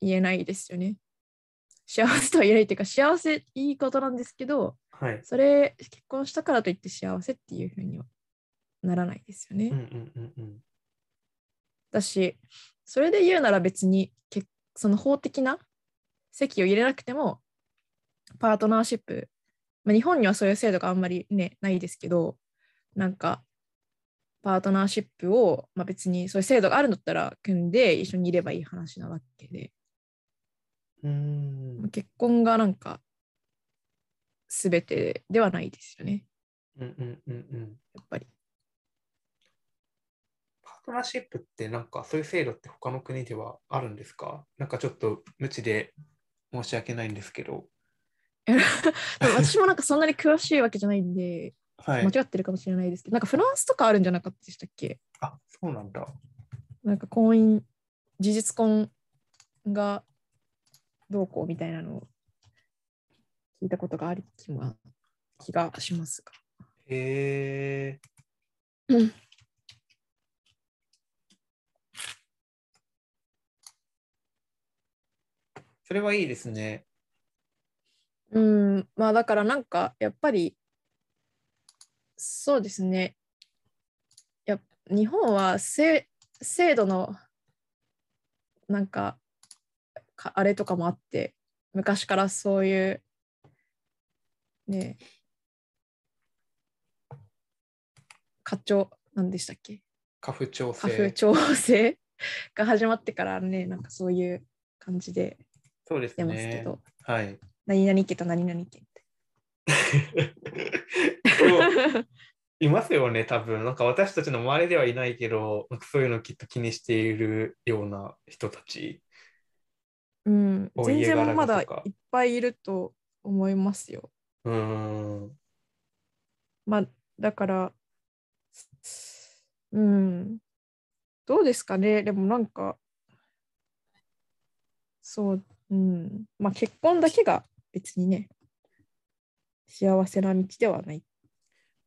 A: 言えないですよね。幸せとは言えないっていうか幸せいいことなんですけど
B: はい。
A: それ結婚したからといって幸せっていうふうにはならないですよね。
B: うんうんうんうん。
A: だしそれで言うなら別にけその法的な席を入れなくてもパートナーシップ、まあ、日本にはそういう制度があんまりねないですけどなんかパートナーシップを、まあ、別にそういう制度があるんだったら組んで一緒にいればいい話なわけで
B: うーん
A: 結婚がなんか全てではないですよね
B: うんうんうんうん。
A: やっぱり。
B: パートナーシップってなんかそういう制度って他の国ではあるんですかなんかちょっと無知で申し訳ないんですけど。
A: で
B: [laughs]
A: も私もなんかそんなに詳しいわけじゃないんで、
B: は
A: 間
B: い。
A: 違ってるかもしれないですけど、なんかフランスとかあるんじゃなかったでしたっけ
B: あ、そうなんだ。
A: なんか婚姻、事実婚がどうこうみたいなのを聞いたことがある気も気がしますが。
B: へえ。
A: うん
B: それはいいですね。
A: うん、まあだからなんかやっぱりそうですね。やっ日本は制制度のなんかかあれとかもあって昔からそういうねえ課長なんでしたっけ
B: 家父調
A: 家父
B: 整。
A: 調整が始まってからねなんかそういう感じで
B: そうです
A: 出ますけ
B: ね。
A: ど、 [laughs]
B: はい。
A: 何々家と何々家って。
B: いますよね、多分。なんか私たちの周りではいないけど、なんかそういうのきっと気にしているような人たち。
A: うん、
B: お
A: 全
B: 家柄が
A: 然まだい
B: とか
A: っぱいいると思いますよ。
B: うーん。
A: まあだから、うん、どうですかね、でもなんか、そう、うん、まあ結婚だけが別にね、幸せな道ではない。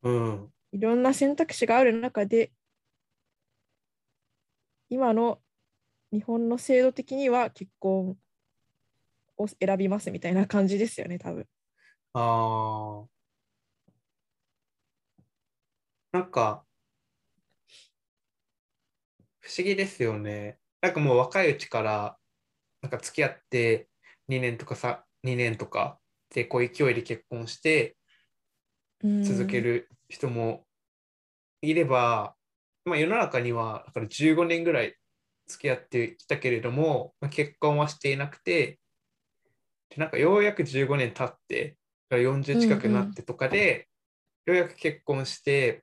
B: うん。
A: いろんな選択肢がある中で、今の日本の制度的には結婚を選びますみたいな感じですよね、多分。
B: ああ。なんか、不思議ですよね。なんかもう若いうちから、なんか付き合って2年とかさ、2年とかで、こう勢いで結婚して続ける人もいれば、まあ世の中には、だから15年ぐらい付き合ってきたけれども、まあ結婚はしていなくて、でなんかようやく15年経って40近くなってとかで、ようやく結婚して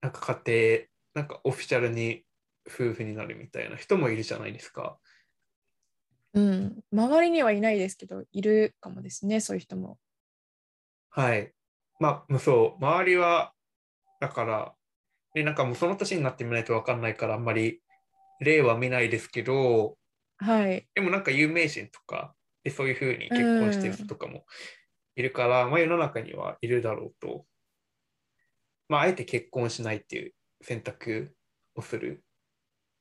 B: なんか家庭なんかオフィシャルに夫婦になるみたいな人もいるじゃないですか。
A: うん、周りにはいないですけど、いるかもですね、そういう人も。
B: はい。まあそう周りはだからでなんかもうその年になってみないと分かんないからあんまり例は見ないですけど
A: はい。
B: でもなんか有名人とかでそういうふうに結婚してる人とかもいるから、まあ世の中にはいるだろうと、まあ、あえて結婚しないっていう選択をする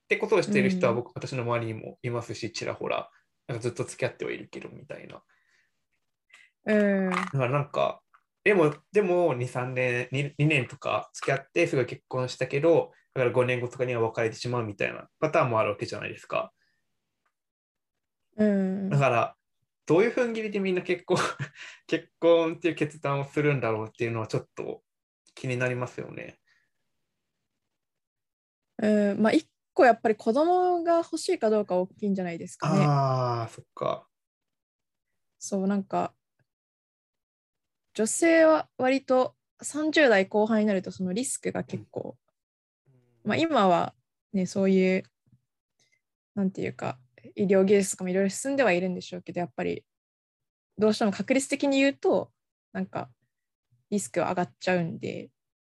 B: ってことをしている人は
A: うん
B: 僕、私の周りにもいますしちらほらなんかずっと付き合ってはいるけどみたいな
A: うん。
B: だからなんか、でも、でも2、3年、2, 2年とか付き合って、すごい結婚したけど、だから5年後とかには別れてしまうみたいなパターンもあるわけじゃないですか。
A: うん
B: だ。から、どういう踏ん切りでみんな結婚、 [laughs] 結婚っていう決断をするんだろうっていうのはちょっと気になりますよね。
A: うん、まあ、一個やっぱり子供が欲しいかどうか大きいんじゃないですかね。
B: ああ、そっか。
A: そう、なんか、女性は割と30代後半になると、そのリスクが結構、まあ、今はね、そういう、なんていうか、医療技術とかもいろいろ進んではいるんでしょうけど、やっぱり、どうしても確率的に言うと、なんか、リスクは上がっちゃうんで、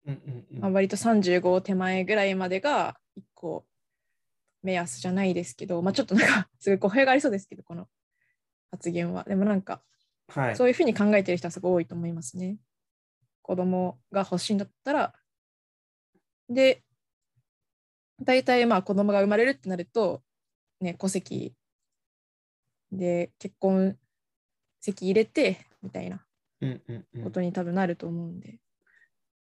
B: うんうん
A: まあ、
B: うん、
A: 割と35手前ぐらいまでが一個目安じゃないですけど、まあ、ちょっとなんかすごい語弊がありそうですけどこの発言はでもなんか
B: はい
A: そ。ういうふうに考えてる人はすごい多いと思いますね子供が欲しいんだったらで大体まあ子供が生まれるってなると、ね、戸籍で結婚籍入れてみたいな
B: うんうんう
A: こ
B: ん、
A: とに多分なると思うんで、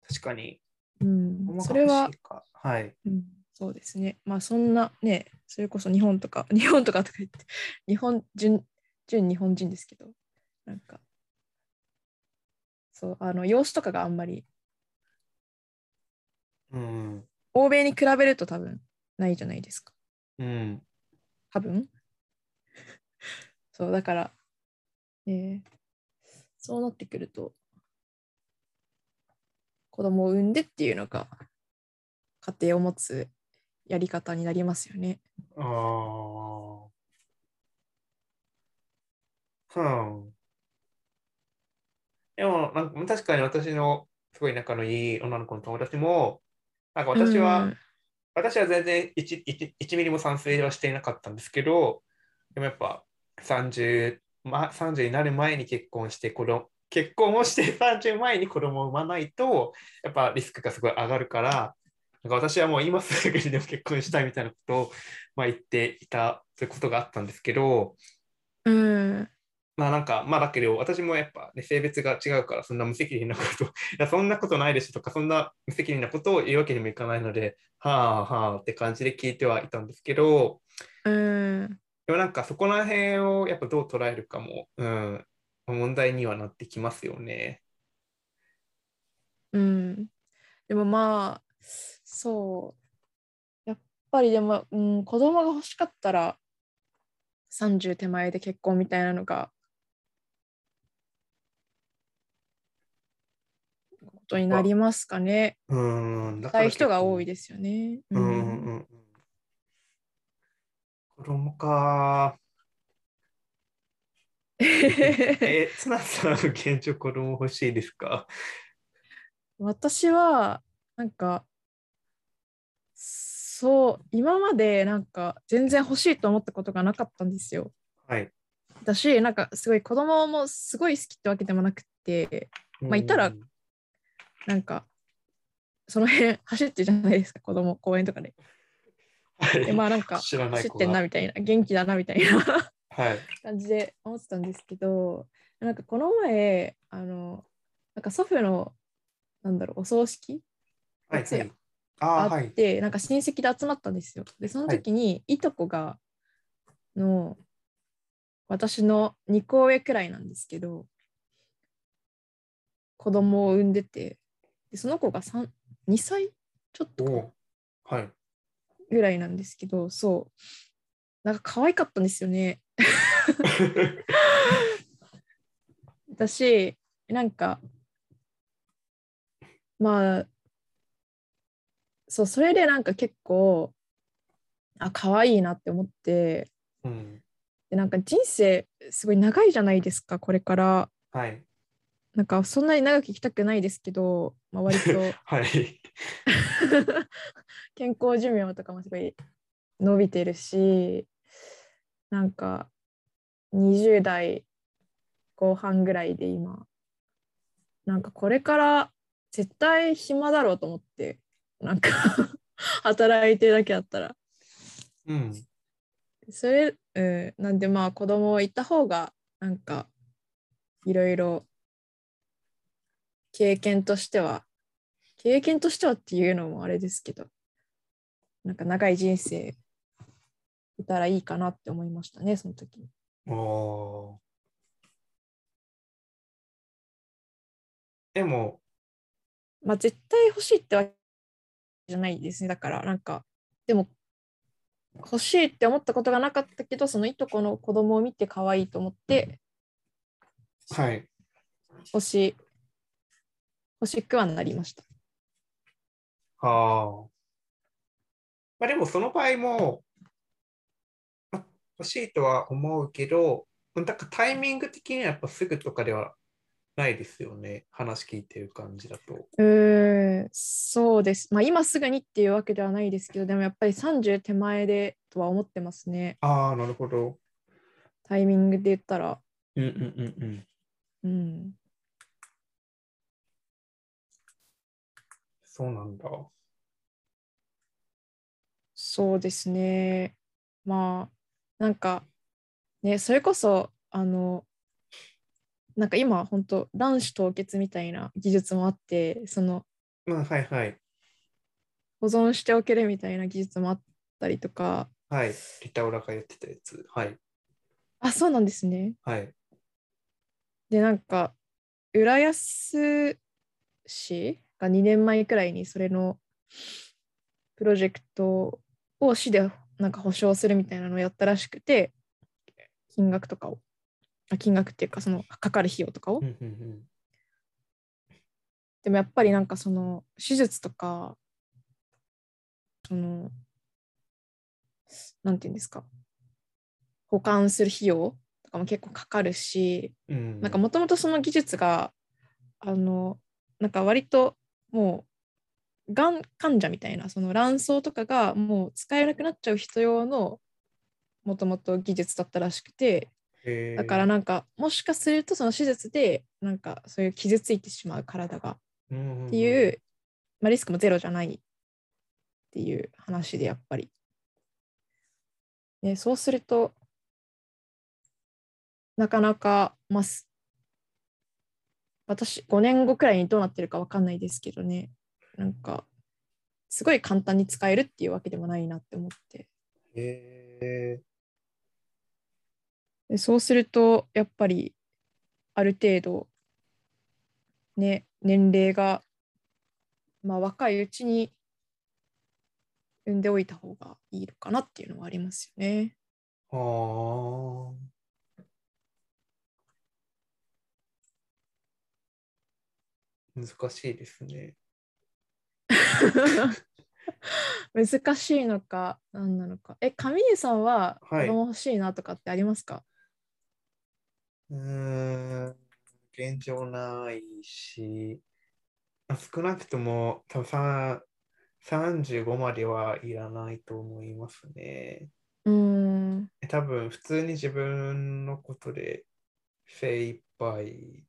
B: 確かに。
A: うん、それは
B: 欲しいか。はい。
A: うん、そうですね。まあそんなね、それこそ日本とか、 [laughs] 日本とかとか言って、日本純、純日本人ですけど、なんか、そう、あの、様子とかがあんまり、
B: うん。
A: 欧米に比べると多分ないじゃないですか。
B: うん。
A: 多分。 [laughs] そう、だから、ね、そうなってくると、子供を産んでっていうのが、家庭を持つやり方になりますよね。
B: ああ。うん。でも、なんか確かに私のすごい仲のいい女の子の友達も、なんか私は、
A: うん
B: 私は全然 1, 1, 1ミリも賛成はしていなかったんですけど、でもやっぱ30、ま、30になる前に結婚して子供、結婚をして30前に子供を産まないと、やっぱリスクがすごい上がるから、なんか私はもう今すぐにでも結婚したいみたいなことを、まあ、言っていたということがあったんですけど、
A: うん、
B: まあなんか、まあだけど、私もやっぱ、ね、性別が違うから、そんな無責任なこと、い [laughs] や、そんなことないでしょとか、そんな無責任なことを言うわけにもいかないので、はあはあって感じで聞いてはいたんですけど、
A: うん、
B: でもなんかそこら辺をやっぱどう捉えるかも、うん、問題にはなってきますよね。
A: うん。でもまあ、そう。やっぱりでも、うん、子供が欲しかったら、30手前で結婚みたいなのが、ことになりますかね。
B: うん、だ
A: 若い人が多い
B: で
A: ですよね。
B: す。うんうんうん。子供
A: [laughs]
B: か。え、綱さん、現状子供欲しいですか
A: [laughs] 私はなんかそう今までなんか全然欲しいと思ったことがなかったんですよ。
B: はい。
A: だしなんかすごい子供もすごい好きってわけでもなくてまあいたら
B: うん
A: なんかその辺 [laughs] 走ってるじゃないですか子供公園とかで。
B: はい
A: でまあなんか
B: [laughs] 知らない
A: 走っ
B: 子
A: てんな
B: が
A: みたいな元気だなみたいな [laughs]
B: はい。
A: 感じで思ってたんですけどなんかこの前あのなんか祖父のなんだろうお葬式
B: はい、
A: 松
B: は
A: 屋
B: い。ああ、
A: あ
B: は
A: っ
B: い。
A: て、なんか親戚で集まったんですよ。でその時に、い、とこがの私の2個上くらいなんですけど子供を産んでてでその子が3 2歳ちょっ
B: お
A: と
B: うはい。
A: ぐらいなんですけどそうなんか可愛かったんですよね。だしなんかまあそうそれでなんか結構あ可愛いなって思って
B: うん。
A: でなんか人生すごい長いじゃないですかこれから
B: はい。
A: なんかそんなに長く生きたくないですけど、まあ、割と
B: はい。 [laughs]
A: 健康寿命とかもすごい伸びてるしなんか20代後半ぐらいで今なんかこれから絶対暇だろうと思ってなんか [laughs] 働いてるだけだったら
B: うん。
A: それ、うん、なんでまあ子供いた方がなんかいろいろ経験としては経験としてはっていうのもあれですけどなんか長い人生いたらいいかなって思いましたねその時に
B: おーでも、
A: まあ絶対欲しいってわけじゃないですねだからなんかでも欲しいって思ったことがなかったけどそのいとこの子供を見て可愛いと思って
B: はい。
A: 欲し欲しくはなりました
B: あーまあでも、その場合も、まあ欲しいとは思うけど、なんかタイミング的にはやっぱすぐとかではないですよね。話聞いてる感じだと。
A: うーんそうです。まあ今すぐにっていうわけではないですけど、でもやっぱり30手前でとは思ってますね。
B: ああ、なるほど。
A: タイミングで言ったら。
B: うんうんうん
A: う
B: うん。
A: ん。
B: そうなんだ。
A: そうですね。まあ、なんか、ね、それこそ、あの、なんか今、本当卵子凍結みたいな技術もあって、その、
B: まあ、はいはい。
A: 保存しておけるみたいな技術もあったりとか、
B: はい。リタオラが言ってたやつ。はい。
A: あ、そうなんですね。
B: はい。
A: でなんか浦安市が2年前くらいにそれのプロジェクトを市でなんか保証するみたいなのをやったらしくて金額とかをあ金額っていうかそのかかる費用とかを、
B: うんうんうん。
A: でもやっぱりなんかその手術とかそのなんていうんですか保管する費用とかも結構かかるし
B: うん
A: なんかもともとその技術があのなんか割ともうがん患者みたいなその卵巣とかがもう使えなくなっちゃう人用のもともと技術だったらしくて
B: へー
A: だからなんかもしかするとその手術でなんかそういう傷ついてしまう体が
B: っ
A: っていう、まあ、リスクもゼロじゃないっていう話でやっぱり。ね、そうするとなかなか、まあ、す私5年後くらいにどうなってるか分かんないですけどねなんかすごい簡単に使えるっていうわけでもないなって思って
B: へ
A: でそうするとやっぱりある程度ね年齢が、まあ、若いうちに産んでおいた方がいいのかなっていうのはありますよ
B: [laughs]
A: ね。
B: ーあー難しいですね。
A: 難しいのか何なのか。え上家さんは子
B: はい
A: 供欲しいなとかってありますか、
B: うーん、現状ないし、まあ少なくとも多分さ35まではいらないと思いますね。
A: うーん
B: え多分普通に自分のことで精一杯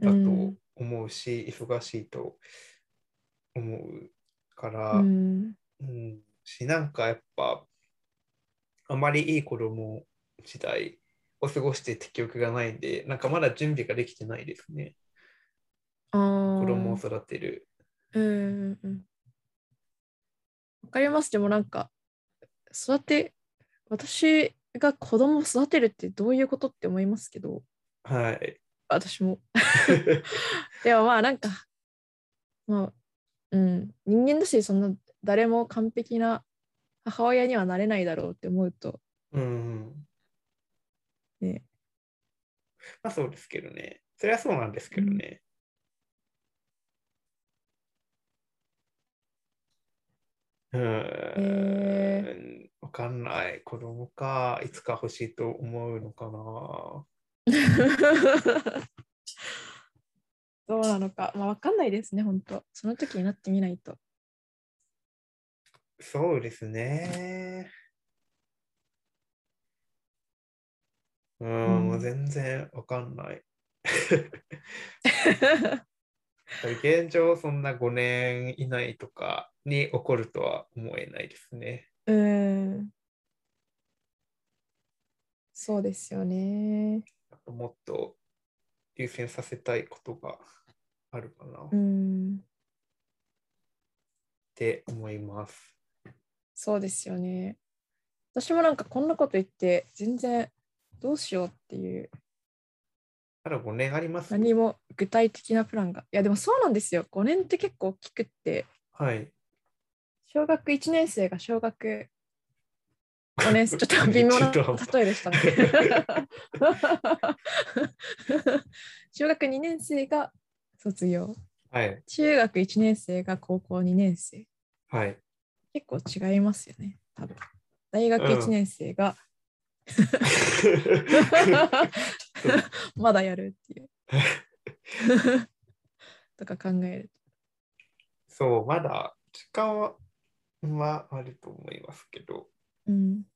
A: う
B: だと
A: ん
B: 思うし、忙しいと思うから、
A: うん
B: うん、し、なんかやっぱ、あまりいい子供時代を過ごしていた記憶がないんで、なんかまだ準備ができてないですね。
A: あー
B: 子供を育てる。
A: うんうんうんわかります。でもなんか、育て、私が子供を育てるってどういうことって思いますけど、 [laughs]
B: はい。 [laughs]
A: 私も。でもまあなんか、まあ、うん、人間だし、そんな誰も完璧な母親にはなれないだろうって思うと、
B: うん。
A: ね、
B: まあそうですけどね。それはそうなんですけどね。うーん。わかんない。子供か、いつか欲しいと思うのかな。
A: どうなのか、まあわかんないですね、本当その時になってみないと。
B: そうですね。うー
A: うん
B: ん、もう全然わかんない。 [laughs] 現状、そんな5年以内とかに起こるとは思えないですね。
A: うーん。そうですよね。
B: あともっと優先させたいことがあるかなっ
A: うん。
B: て思います。
A: そうですよね。私もなんかこんなこと言って、全然どうしようっていう、
B: ただ5年あります
A: 何も具体的なプランが。いや、でもそうなんですよ。5年って結構大きくって、
B: はい。
A: 小学1年生が小学5年生、ちょっと微妙な
B: ちょっと
A: 例えでしたね。 [laughs] 小学2年生が卒業、
B: はい。
A: 中学1年生が高校2年生。 [laughs]
B: はい。
A: 結構違いますよね、多分。大学1年生が、 [laughs] まだやるっていう。とか考える
B: そう、まだ時間は、まあ、あると思いますけど、
A: と。うん。
B: で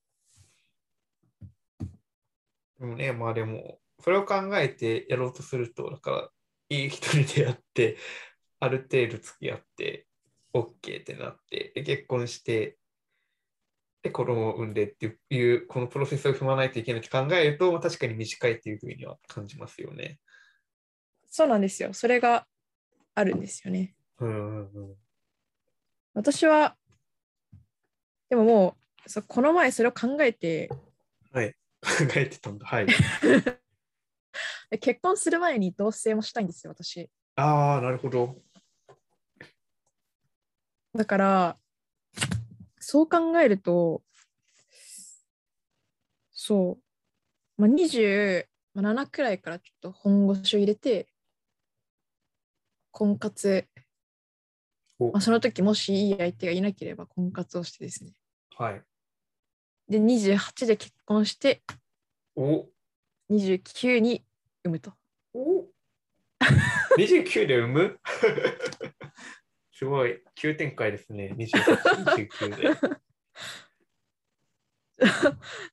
B: もね、まあでも、それを考えてやろうとすると、だから、いい人に出会って、ある程度付き合って、OK ってなって、で結婚して、で、子供を産んでっていう、このプロセスを踏まないといけないって考えると、まあ、確かに短いっていうふうには感じますよね。
A: そうなんですよ。それがあるんですよね。
B: うんうんうん。
A: 私は、でももう、そうこの前それを考えて、
B: 考えてたんだ。はい。
A: 結婚する前に同棲もしたいんですよ、私。
B: [laughs] ああ、なるほど。
A: だから、そう考えると、そう、まあ、27くらいからちょっと本腰を入れて、婚活、
B: お
A: まあ、その時もしいい相手がいなければ婚活をしてですね、
B: はい。
A: で28で結婚して
B: お
A: 29に産むと
B: お29で産む [laughs] すごい急展開ですね28 29で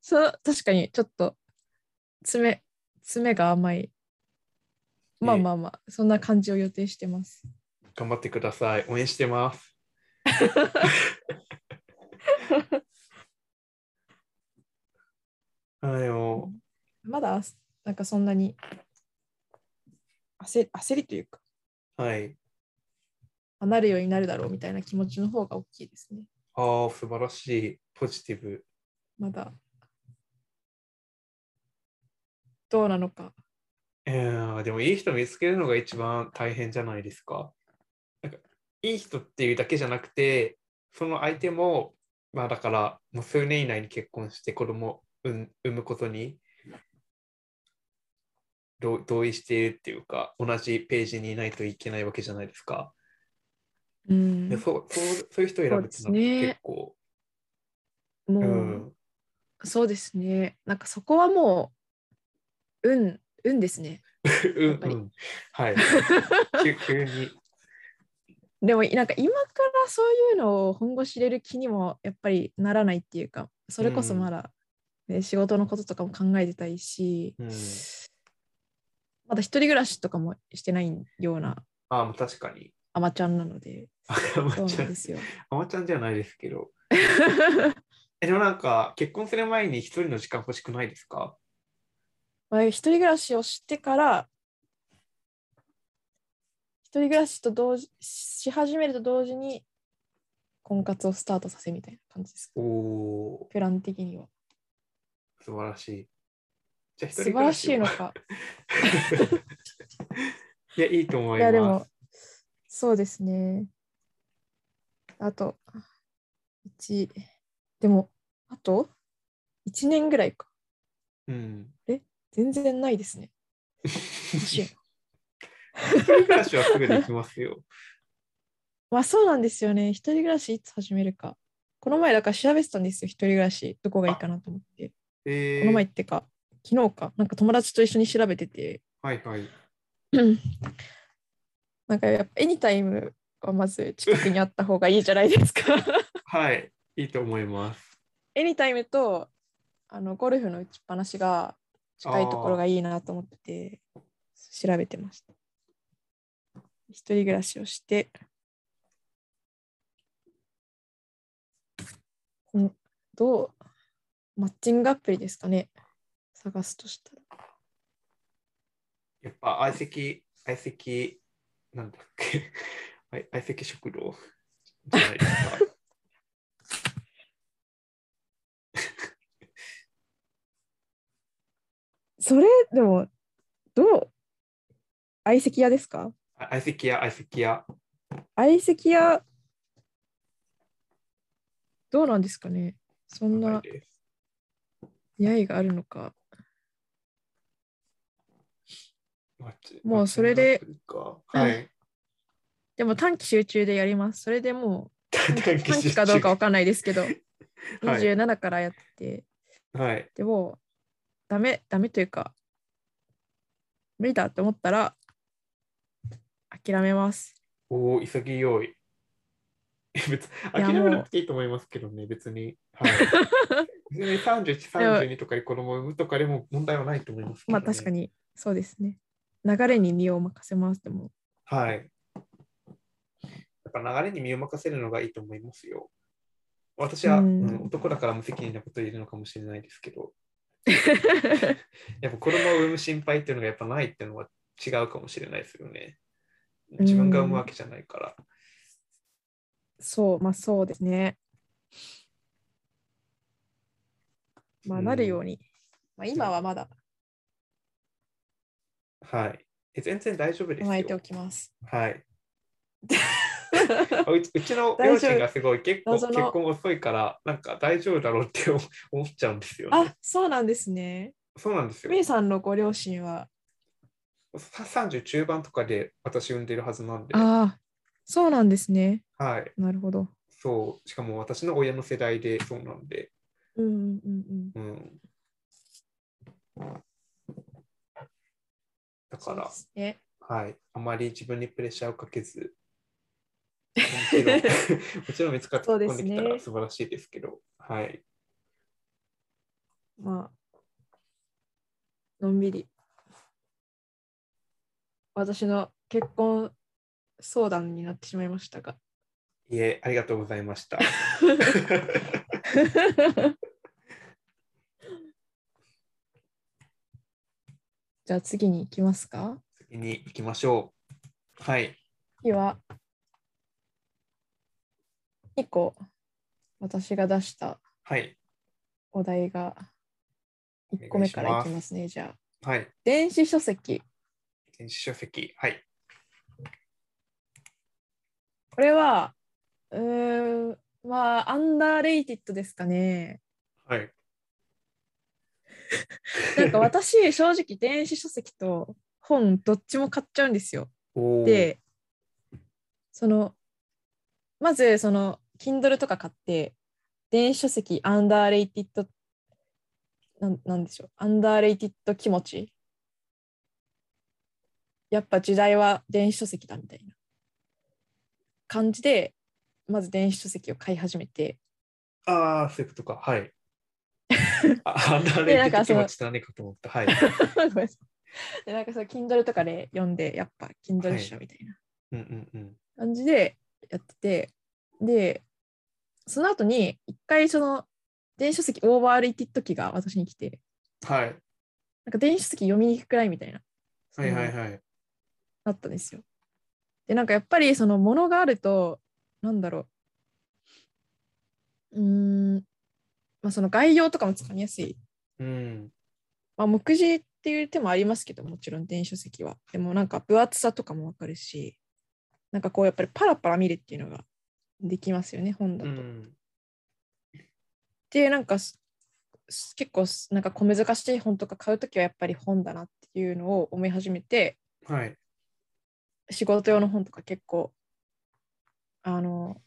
A: そう確かにちょっと爪爪が甘いまあまあまあ、そんな感じを予定してます
B: 頑張ってください応援してます [laughs] あでも
A: まだなんかそんなに焦焦りというか
B: はい
A: あなるようになるだろうみたいな気持ちの方が大きいですね
B: ああ素晴らしいポジティブ
A: まだどうなのか
B: いやーでもいい人見つけるのが一番大変じゃないですか。なんかいい人っていうだけじゃなくて、その相手も、まあだから、もう数年以内に結婚して子供を産産むことに同同意しているっていうか、同じページにいないといけないわけじゃないですか。
A: うん
B: でそうそうそういう人を選ぶっていうの
A: そうです
B: は
A: ね
B: 結構。
A: もう、
B: うん
A: そうですねなんかそこはもう運運ですね
B: う
A: やっ
B: ん
A: ぱ
B: う
A: り
B: ん。
A: [laughs]
B: はい。急急に。
A: でもなんか今からそういうのを本腰入れる気にもやっぱりならないっていうかそれこそまだ、ね仕事のこととかも考えてたいし、
B: うん
A: まだ一人暮らしとかもしてないような
B: ああ、もう確かに。
A: アマちゃんなので
B: あま
A: そう
B: ち
A: なん
B: ゃん
A: ですよ。 [laughs]
B: あまちゃんじゃないですけど。えでもなんか結婚する前に一人の時間欲しくないですか
A: まあ、一人暮らしをしてから一人暮らしと同時し始めると同時に婚活をスタートさせみたいな感じです
B: おお
A: プラン的には
B: ー素晴らしい。じゃあ一
A: 素晴
B: 人暮ら
A: ら
B: し
A: しいの
B: を
A: か
B: いやいいと思います。
A: いやでもそうですねあと1でもあと1年ぐらいか
B: うん。
A: 全然ないですね欲しい
B: 一
A: な
B: 人暮らしはすぐできま
A: [laughs]
B: すよ。
A: まあそうなんですよね。一人暮らしいつ始めるか。この前だから調べてたんですよ。一人暮らしどこがいいかなと思って。
B: えー、
A: この前ってか、昨日か。なんか友達と一緒に調べてて。
B: はいはい。
A: なんかやっぱエニタイムはまず近くにあった方がいいじゃないですか。
B: はい。いいと思います。
A: エニタイムとあのゴルフの打ちっぱなしが近いところがいいなと思ってて調べてました。一人暮らしをして、んどうマッチングアプリですかね探すとしたら。
B: やっぱ相席、相席、なんだっけ。はい相席食堂じゃないですか。
A: それでもどう相席屋ですか
B: あ相席屋、相席屋。
A: 相席屋どうなんですかねそんな
B: はいです
A: 出会いがあるのか。
B: マッチ
A: もうそれで。
B: マッチングアプリかはい。
A: でも短期集中でやります。それでもう短
B: 短期集中
A: 期かどうかわかんないですけど、
B: [laughs] はい
A: 27からやって、
B: はい。
A: でもダメダメというか無理だって思ったら諦めます。
B: おお、潔い。 [laughs] え別
A: いや
B: 諦めなくていいと思いますけどね、別に。
A: [laughs]
B: はい、別に31、32とかに子供を産むとかでも問題はないと思いますけど、
A: ま
B: ね。
A: あ確か。にそうですね。流れに身を任せますでも
B: はい。やっぱ流れに身を任せるのがいいと思いますよ。私は、
A: うん
B: うん男だから無責任なこと言えるのかもしれないです
A: [laughs]
B: けど、やっぱ子供を産む心配っていうのがやっぱないっていうのは違うかもしれないですよね。自分が産むわけじゃないから。
A: そうまあそうですね。まあなるように、まあ今はまだ
B: はい。え全然大丈夫です
A: 備えてお
B: よ。
A: きます。 [laughs]
B: はい。あうちうちの
A: 大丈夫
B: 両親がすごい結構
A: 謎
B: 結
A: の
B: 婚遅いからなんか大丈夫だろうって思っちゃうんですよ、ね。
A: あそうなんですね。
B: そうなんですよ
A: み。えさんのご両親は
B: さ30中盤とかで私産んでるはずなんで、
A: ああ、そうなんですね。
B: はい。
A: なるほど。
B: そう。しかも私の親の世代でそうなんで、
A: うんうんうん
B: うん。だ
A: う
B: か
A: ん。
B: ら、
A: ね。
B: はい、あまり自分にプレッシャーをかけず、もち
A: [laughs]
B: ろんもちろん見つかって
A: そうで
B: 飛ん
A: す
B: で
A: ね
B: きたら素晴らしいですけど、はい、
A: まあ、のんびり。私の結婚相談になってしまいましたが。 [laughs]
B: いえ、ありがとうございました。
A: じゃあ次に行きますか
B: 次に行きましょう。はい、
A: 次は2個私が出した
B: はい、
A: お題が1個目からいきますねじゃあ
B: はい、
A: 電子書籍
B: 電子書籍、はい、
A: これはうーんまあアンダーレイティッドですかね
B: はい。
A: なんか私正直電子書籍と本どっちも買っちゃうんですよ
B: おー、
A: でそのまずその Kindle とか買って電子書籍アンダーレイティッドなんなんでしょうアンダーレイティッド気持ちやっぱ時代は電子書籍だみたいな感じでまず電子書籍を買い始めて
B: ああ、そういうことか、
A: [laughs]
B: はい。あ、あれ、
A: なんか
B: 気
A: その
B: 持ちだねかと思った、はい。
A: [laughs]
B: [laughs]
A: ごめんなさいでなんかそう Kindle とかで読んでやっぱ Kindle 書みたいな
B: うんうんうん、
A: 感じでやっててでその後に一回その電子書籍オーバーレイティッド期が私に来て
B: はい、
A: なんか電子書籍読みにくくないみたいな、
B: はいは
A: そ
B: い
A: の
B: はい。
A: なったんですよでなんかやっぱりそのものがあるとなんだろううーんまあその概要とかもつかみやすい、
B: うん、
A: まあ、目次っていう手もありますけどもちろん電子書籍はでもなんか分厚さとかもわかるしなんかこうやっぱりパラパラ見るっていうのができますよね本だ
B: う
A: と。
B: ん、
A: でなんかすす結構すなんか小難しい本とか買うときはやっぱり本だなっていうのを思い始めて [laughs]
B: はい、
A: 仕事用の本とか結構あの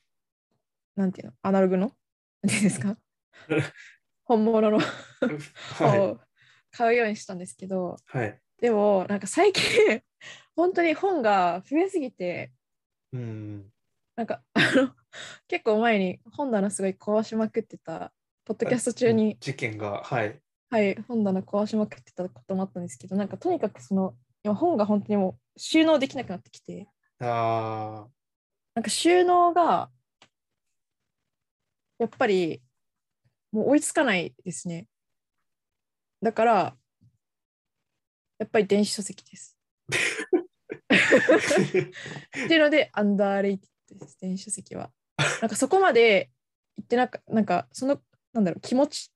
A: なんていうのアナログの [laughs] なんていうんですか本物の本
B: は
A: を買うようにしたんですけど、
B: い、はい。
A: でもなんか最近 [laughs] 本当に本が増えすぎて
B: うん、
A: なんかあの結構前に本棚すごい壊しまくってたポッドキャスト中に
B: 事件が、はい、
A: はい、本棚壊しまくってたこともあったんですけど、なんかとにかくその、今本が本当にもう収納できなくなってきて、
B: ああ、
A: なんか収納が、やっぱりもう追いつかないですね。だから、やっぱり電子書籍です。 [laughs] っていうので、アンダーレイティッドです、電子書籍は。なんかそこまで言ってなか、なんかその、なんだろう、気持ち、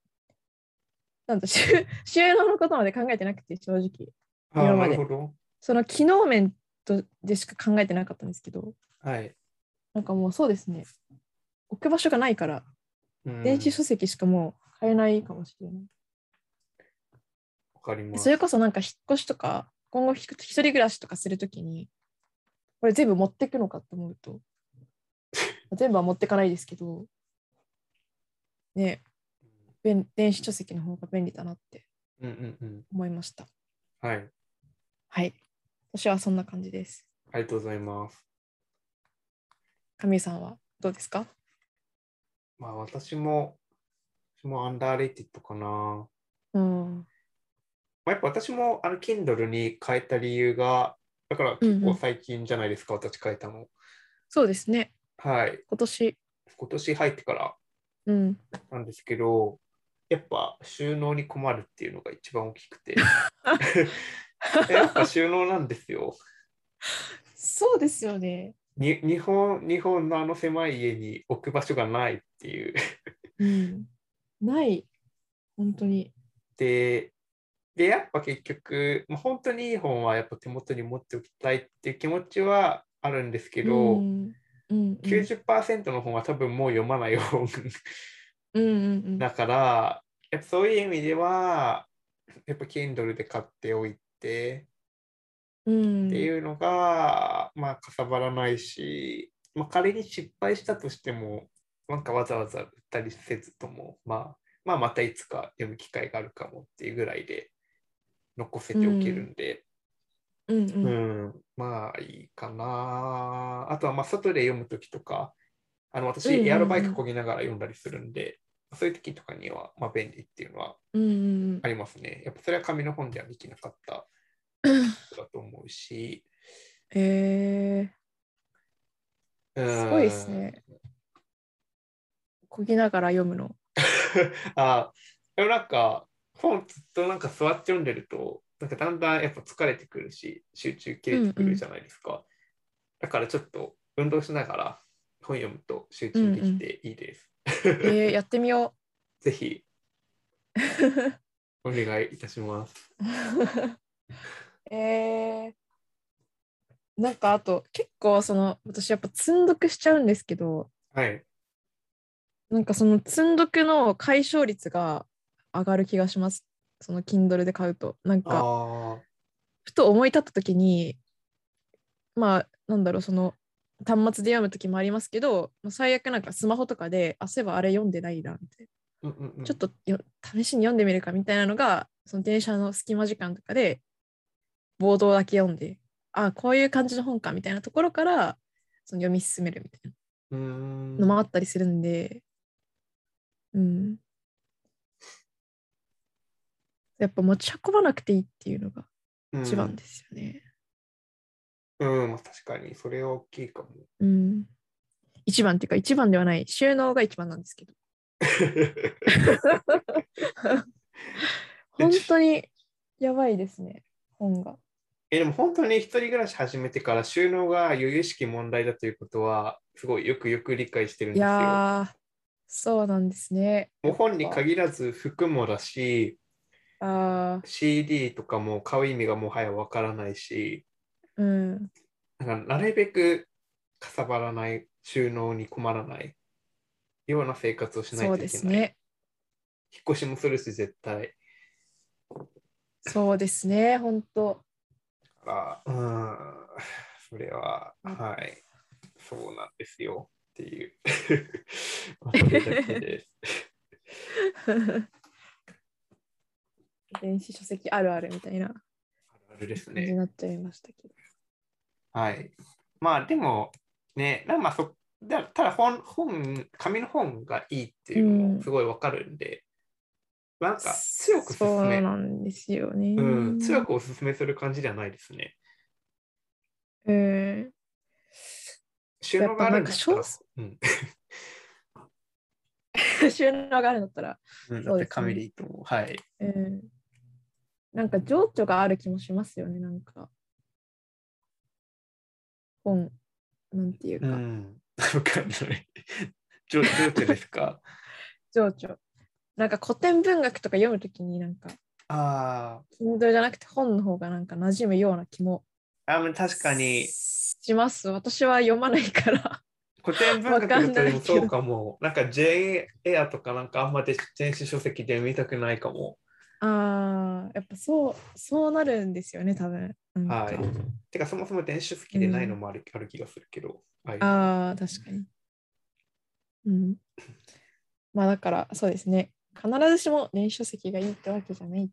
A: なんだ、収 [laughs] 収納のことまで考えてなくて、正直。
B: あ
A: 今ま
B: ーな
A: で
B: るほど。
A: その機能面とでしか考えてなかったんですけど、
B: はい。
A: なんかもうそうですね、置く場所がないから、
B: うん
A: 電子書籍しかもう買えないかもしれない。
B: わかります。
A: それこそなんか引っ越しとか、今後ひ一人暮らしとかするときに、これ全部持ってくのかと思う
B: [laughs]
A: と、全部は持ってかないですけど、ね、便電子書籍の方が便利だなって
B: うんうんうん。
A: 思いました。
B: はい。
A: はい。私はそんな感じです。
B: ありがとうございます。
A: 神井さんはどうですか
B: まあ私も、私もアンダーレイティッドかな。ま
A: うん。
B: あ、やっぱ私もあの Kindle に変えた理由が、だから結構最近じゃないですか、私変えたの。
A: そうですね、
B: はい。
A: 今年。
B: 今年入ってから
A: うん。
B: なんですけど、やっぱ収納に困るっていうのが一番大きくて。やっぱ収納なんですよ。
A: そうですよね。
B: に日本日本のあの狭い家に置く場所がないっていう。
A: うん、ない、本当に。
B: ででやっぱ結局まあ本当にいい本はやっぱ手元に持っておきたいっていう気持ちはあるんですけど、
A: うんうんうん
B: 90%の本は多分もう読まない本
A: うんうん
B: だからやっぱそういう意味ではやっぱ Kindle で買っておいて
A: うん
B: っていうのが、まあかさばらないし、まあ、仮に失敗したとしてもなんかわざわざ売ったりせずともまあまあ、またいつか読む機会があるかもっていうぐらいで残せておけるんで、
A: うんうん
B: うん、まあいいかな。あとはまあ外で読むときとか、あの
A: うんうんう
B: 私、
A: ん
B: エアロバイク漕ぎながら読んだりするんで、そういうときとかにはまあ便利っていうのは
A: うんうん
B: ありますね。やっぱそれは紙の本ではできなかったことだと思うし。
A: え
B: うん
A: ー、すごいです。ね。こぎながら読むの。
B: [laughs] あでもなんか本ずっとなんか座って読んでるとなんかだんだんやっぱ疲れてくるし集中切れてくるじゃないですか、だからちょっと運動しながら本読むと集中できていいです、
A: えー、やってみよ
B: ぜひ
A: [laughs] う。
B: お願いいたします
A: えー、なんかあと結構その私やっぱ積んどくしちゃうんですけど
B: はい
A: なんかその積んどくの解消率が上がる気がしますその Kindle で買うとなんか
B: あ
A: ふと思い立った時にまあなんだろうその端末で読む時もありますけどまあ最悪なんかスマホとかであそういえばあれ読んでないなみたい
B: ー、うんうんうん、
A: なちょっとよ試しに読んでみるかみたいなのがその電車の隙間時間とかで冒頭だけ読んであこういう感じの本かみたいなところからその読み進めるみたいな
B: うーん
A: のもあったりするんで、うん。やっぱ持ち運ばなくていいっていうのが一番ですよね。
B: うん、うんまあ、確かにそれは大きいかも [laughs]
A: うん。一番っていうか一番ではない収納が一番なんですけど。本当にやばいですね、本が。
B: えでも本当に一人暮らし始めてから収納が余裕しき問題だということはすごいよくよく理解してる
A: い
B: んですよ。
A: やー、そうなんですね。
B: もう本に限らず服もだし
A: あ
B: CD とかも買う意味がもはやわからないし
A: ー、うん。
B: なんかなるべくかさばらない収納に困らないような生活をしない
A: そ
B: と
A: う
B: いけ
A: で
B: ない。
A: すね。
B: 引っ越しもするし絶対。
A: そうですね、本当。 [laughs]
B: あうんそれははいそうなんですよっていう
A: [laughs]
B: [laughs] まあそれだけです。
A: 電子書籍あるあるみたいな感
B: あれです
A: じに
B: ね。
A: なっちゃいましたけど。
B: はい。まあでもね、なんかまあそだただ本本、紙の本がいいっていうの
A: うん
B: もすごいわかるんで、なんか強く
A: そ
B: 勧
A: う
B: め、
A: なんですよね。
B: うん、強くおすすめする感じではないですね。
A: うん。
B: 収納があるんだった
A: や
B: ら
A: っぱ、
B: う
A: [laughs]
B: ん、
A: 収納があるんだったら、
B: うん
A: ね
B: だって紙でいいと思う。はい。
A: うん。なんか情緒がある気もしますよね、なんか。本、なんていう
B: う
A: か、
B: ん。わかんない。情情緒ですか
A: 情緒。なんか古典文学とか読むときになんか、
B: あー
A: Kindle じゃなくて本の方がなんか馴染むような気も
B: あ、まあ確かに
A: します。私は読まないから。 [laughs]
B: 古典文学だったり
A: わか
B: も
A: んないけど
B: そうかも。なんか J エアとかなんかあんまで電子書籍で見たくないかも。
A: ああ、やっぱそう、そうなるんですよね、多分。なんか
B: はい。てか、そもそも電子書籍でないのもある,、ある気がするけど。はい、
A: ああ、確かに。うん。まあだから、そうですね。必ずしも電子書籍がいいってわけじゃない、やっ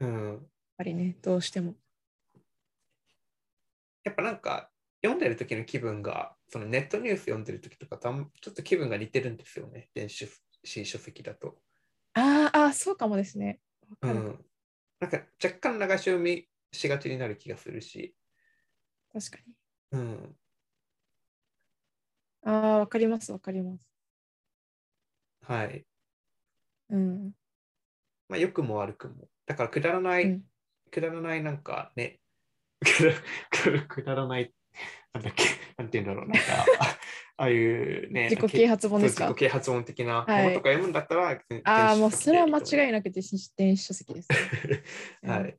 B: うん。
A: ぱりね、どうしても。
B: やっぱなんか、読んでる時の気分が、そのネットニュース読んでる時とかとあん、ちょっと気分が似てるんですよね。電子書籍だと。
A: あーあー、そうかもですね。わか
B: う
A: る
B: ん。なんか、若干流し読みしがちになる気がするし。
A: 確かに。
B: うん。
A: ああ、わかります、わかります。
B: はい。
A: うん。
B: まあ、良くも悪くも。だから、くだらない、
A: うん
B: くだらないなんかね、くだくだくだらない、なんだっけ、なんて言うんだろ
A: [laughs]
B: う、なんか、あああいうね、
A: 自己啓発本です
B: そ
A: か
B: う自己。啓発音的なも
A: はい
B: のとか読むんだったら、
A: ああ、もうそれは間
B: い
A: 違いなく電子電子書籍 [laughs] です、ね。
B: はい。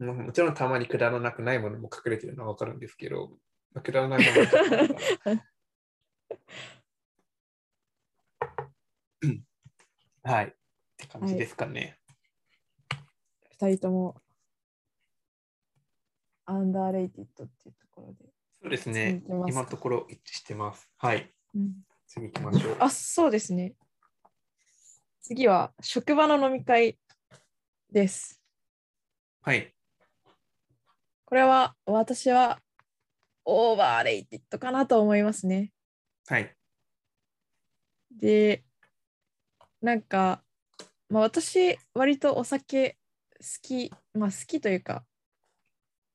B: ももちろんたまにくだらなくないものも隠れてるのはわかるんですけど、まあくだらないものも隠れてる
A: [laughs]
B: からうんはい。って感じですかね。
A: [laughs] 二人とも、アンダーレイティッドっていうところで。
B: そうですね
A: 続きま。すか
B: 今のところ一致してます。はい。
A: うん
B: 次行きましょう。
A: あ、そうですね。次は職場の飲み会です。
B: はい。
A: これは私はオーバーレイティッドかなと思いますね。
B: はい。
A: で、なんか、まあ、私、割とお酒好き、まあ好きというか、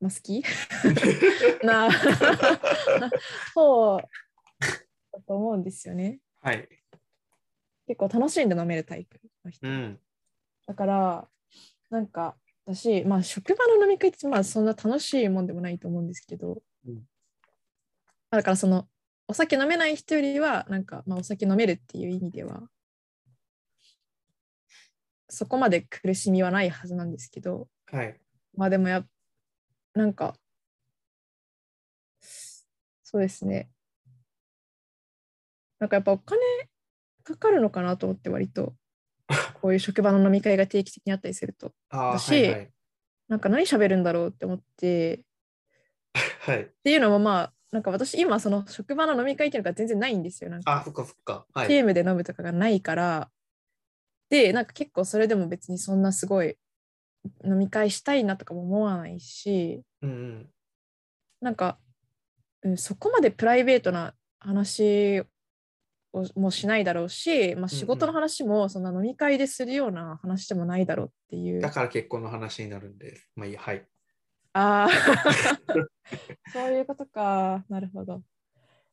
A: まあ好き [laughs] な [laughs] 方だと思うんですよね。
B: はい。
A: 結構楽しんで飲めるタイプの人。
B: うん。
A: だから、なんか私、まあ、職場の飲み会ってまあそんな楽しいもんでもないと思うんですけど、
B: うん
A: だからそのお酒飲めない人よりはなんか、まあ、お酒飲めるっていう意味ではそこまで苦しみはないはずなんですけど
B: はい。
A: まあでもやなんかそうですねなんかやっぱお金かかるのかなと思って割とこういう職場の飲み会が定期的にあったりすると
B: ああ、
A: だし
B: はい、はい。 [laughs]
A: なんか何喋るんだろうって思ってっ
B: はい。
A: ていうのもまあなんか私今その職場の飲み会っていうのが全然ないんですよなんか
B: あ、そっかそっか。は
A: チ
B: い。
A: ームで飲むとかがないからでなんか結構それでも別にそんなすごい飲み会したいなとかも思わないし
B: うんうん。
A: なんか、うん、そこまでプライベートな話をもうしないだろうし、まあ、仕事の話もそんな飲み会でするような話でもないだろうっていう、
B: だから結婚の話になるんです。まあいいや、はい。
A: ああそういうことかなるほど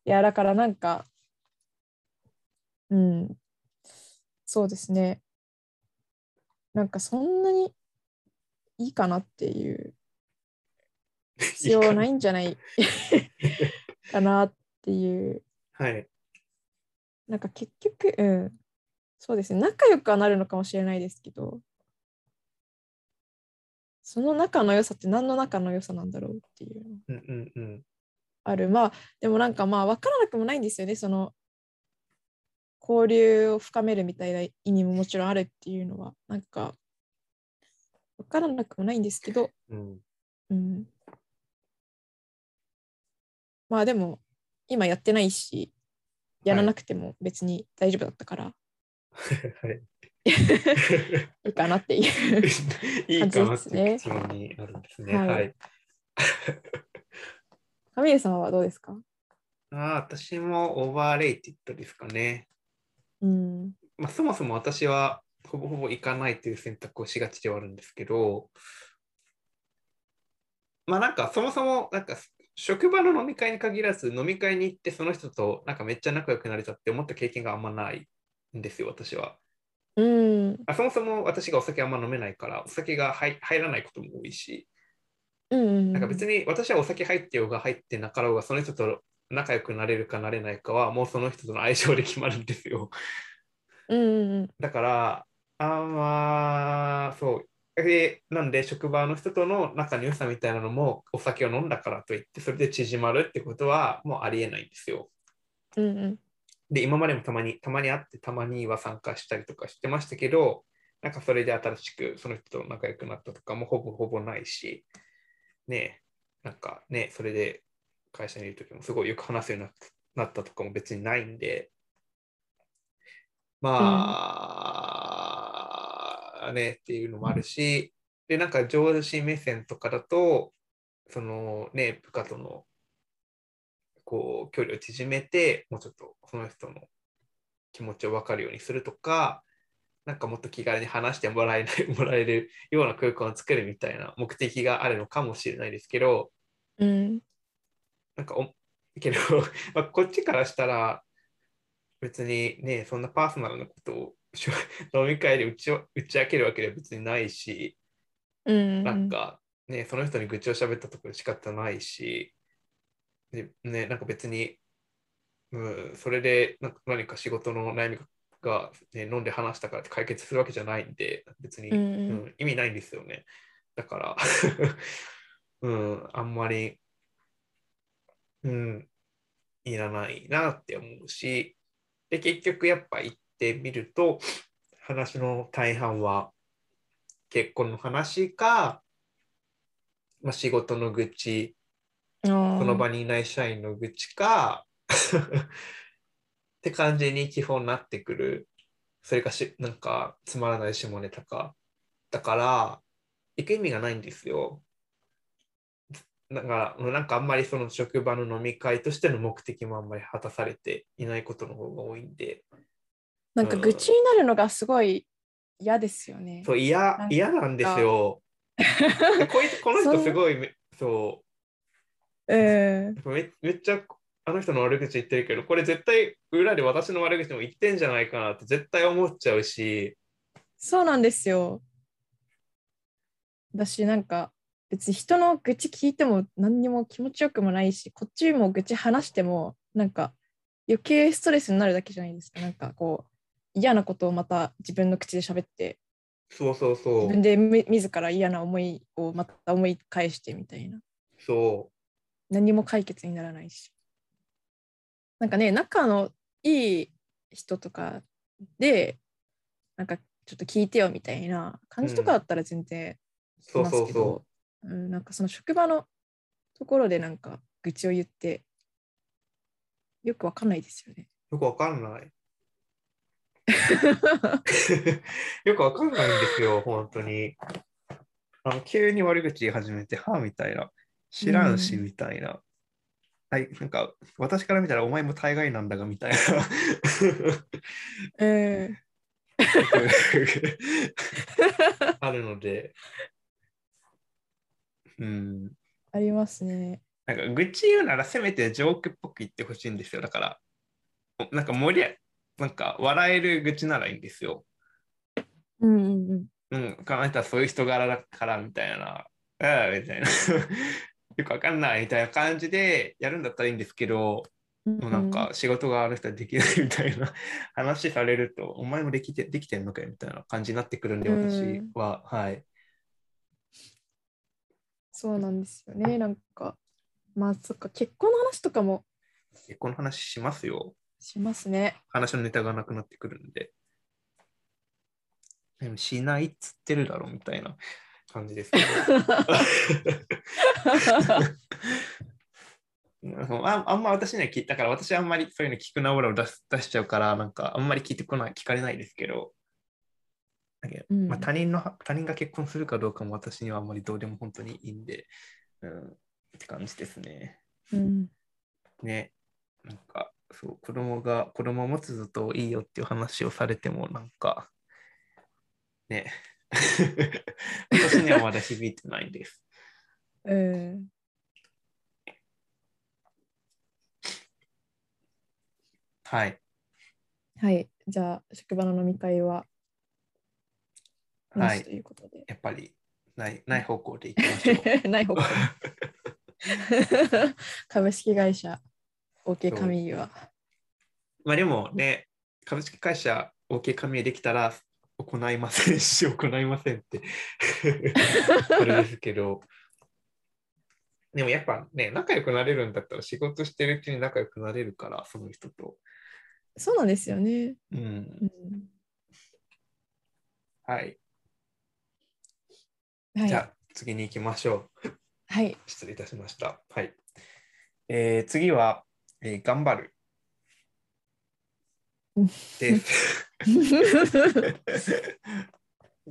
A: いやだからなんかうんそうですねなんかそんなにいいかなっていう必要ないいんじゃない [laughs] かなっていう
B: はい。
A: なんか結局、うん、そうですね、仲良くはなるのかもしれないですけど、その仲の良さって何の仲の良さなんだろうっていうの
B: うんうんうん。
A: ある。まあ、でもなんかまあ分からなくもないんですよね、その交流を深めるみたいな意味ももちろんあるっていうのは、なんか分からなくもないんですけど、
B: うん、
A: うん。まあでも、今やってないし、やらなくても別に大丈夫だったから、
B: [laughs]
A: いいかなっていう。
B: いいいかなって
A: 感じ
B: いう
A: で
B: 必
A: す
B: 要になるんですね。
A: はい
B: はい。
A: 神江さんはどうですか
B: ああ、私もオーバーレイティッドですかね。
A: うん。
B: まあ、そもそも私はほぼほぼ行かないという選択をしがちではあるんですけど、まあなんかそもそもなんか職場の飲み会に限らず飲み会に行ってその人となんかめっちゃ仲良くなれたって思った経験があんまないんですよ、私は。
A: うん。
B: あそもそも私がお酒あんま飲めないからお酒が入入らないことも多いし、
A: うん。
B: なんか別
A: に。
B: に私はお酒入ってようが入ってなかろうがその人と仲良くなれるかなれないかはもうその人との相性で決まるんですよ。 [laughs]
A: うんうん
B: だから、あんま、そう。で、なんで、職場の人との仲の良さみたいなのも、お酒を飲んだからといって、それで縮まるってことは、もうありえないんですよ。
A: うん。うんうん。
B: で、今までもたまに、たまに会って、たまには参加したりとかしてましたけど、なんかそれで新しくその人と仲良くなったとかもほぼほぼないし、ねえ、なんかね、それで会社にいるときもすごいよく話すようにななったとかも別にないんで、まあ、ね、っていうのもあるし、で、なんか上司目線とかだと、そのね、部下とのこう距離を縮めてもうちょっとその人の気持ちを分かるようにするとかなんかもっと気軽に話してもらえない [laughs] もらえるような空間を作るみたいな目的があるのかもしれないですけど
A: うん。
B: なんかおけど、 [laughs] まあ、こっちからしたら別にねそんなパーソナルなことをしょ [laughs] 飲み会で打ちわ打ち明けるわけでは別にないし
A: うん。
B: なん。かね、その人に愚痴を喋ったところで仕方ないし、でね、なんか別に、うん、それでなんか何か仕事の悩みが、ね、飲んで話したからって解決するわけじゃないんで、別に、
A: うん
B: う
A: うん
B: ん、意味ないんですよね。だから、 [laughs] うん、あんまり、うん、いらないなって思うし、で、結局やっぱ行ってみると、話の大半は結婚の話か、まあ、仕事の愚痴、
A: あ
B: こ
A: ー
B: [laughs] の場にいない社員の愚痴か、って感じに基本なってくる。それかし、なんか、つまらない下ネタか。だから、行く意味がないんですよ。だから、なんかあんまりその職場の飲み会としての目的もあんまり果たされていないことの方が多いんで、
A: なんか
B: うん
A: 愚痴になるのがすごい嫌ですよね。
B: そう嫌
A: なんか
B: 嫌なんですよ。でこいつこの
A: そん
B: 人
A: な
B: すごいめそ
A: [laughs]
B: う
A: うん。
B: めめっちゃあの人の悪口言ってるけどこれ絶対裏で私の悪口も言ってんじゃないかなって絶対思っちゃうし
A: そうなんですよ。だし、なんか別に人の愚痴聞いても何にも気持ちよくもないし、こっちも愚痴話しても、なんか余計ストレスになるだけじゃないですか。なんかこう、嫌なことをまた自分の口で喋って、
B: そうそうそ
A: 自分
B: う
A: でみ自ら嫌な思いをまた思い返してみたいな。
B: そ
A: 何も解決にならないし。なんかね、仲のいい人とかで、なんかちょっと聞いてよみたいな感じとかだったら全然
B: う
A: い
B: そう
A: ます
B: そう
A: け
B: そ
A: ど、うんなんかその職場のところでなんか愚痴を言って、よくわかんないですよね。
B: うよくわかんない
A: [laughs]
B: よくわかんないんですよ本当にあの急に悪口言い始めてはあみたいな知らんし
A: うん
B: みたいな、はいなんか私から見たらお前も大概なんだがみたいな
A: うん、
B: あるのでうん
A: ありますね。
B: なんか愚痴言うならせめてジョークっぽく言ってほしいんですよ。だから、おなんか盛りあ、なんか笑える愚痴ならいいんですよ。
A: うんうんうん、
B: うん、あなたはそういう人柄だからみたいな、うん、みたいな、 [laughs] よくわかんないみたいな感じでやるんだったらいいんですけど、もうなんか仕事がある人はできないみたいな話されると、お前もできてできてんのかよみたいな感じになってくるんで、
A: うん
B: 私は、はい。
A: そうなんですよね。なんか、まあそっか、結婚の話とかも
B: 結婚の話しますよ。
A: しますね。
B: [laughs] 話のネタがなくなってくるんで。でもしないっつってるだろみたいな感じですけど。うん [laughs] ああんま私には聞いだから私はあんまりそういうの聞くなオーラを出す出しちゃうからなんかあんまり聞いてこない聞かれないですけど、だけど
A: うん
B: まあ、他人の他人が結婚するかどうかも私にはあんまりどうでも本当にいいんで、うん、って感じですね。
A: うん
B: ね、なんか、そう、子供が、子供を持つといいよっていう話をされても、なんか、ね、 [laughs] 私にはまだ響いてないです。
A: [laughs] うん
B: はい。
A: はい、じゃあ職場の飲み会は
B: は
A: なしと
B: い。
A: いうことで。 [laughs]
B: やっぱり、ない、ない方向でいきまし [laughs] ょう。
A: ない方向 [laughs] 株式会社 OK カミーは。
B: まあでもね、株式会社 OK 加盟できたら、行いませんし、行いません [laughs] って、それですけど、でもやっぱね、仲良くなれるんだったら仕事してるうちに仲良くなれるから、その人と。
A: そうなんですよね。
B: うん
A: う、
B: はい。
A: んは
B: じ
A: い、
B: ゃあ次に行きましょう。 [laughs]
A: はい、
B: 失礼いたしました。はい。えー次は、えー頑張る
A: うん。
B: です。 [laughs]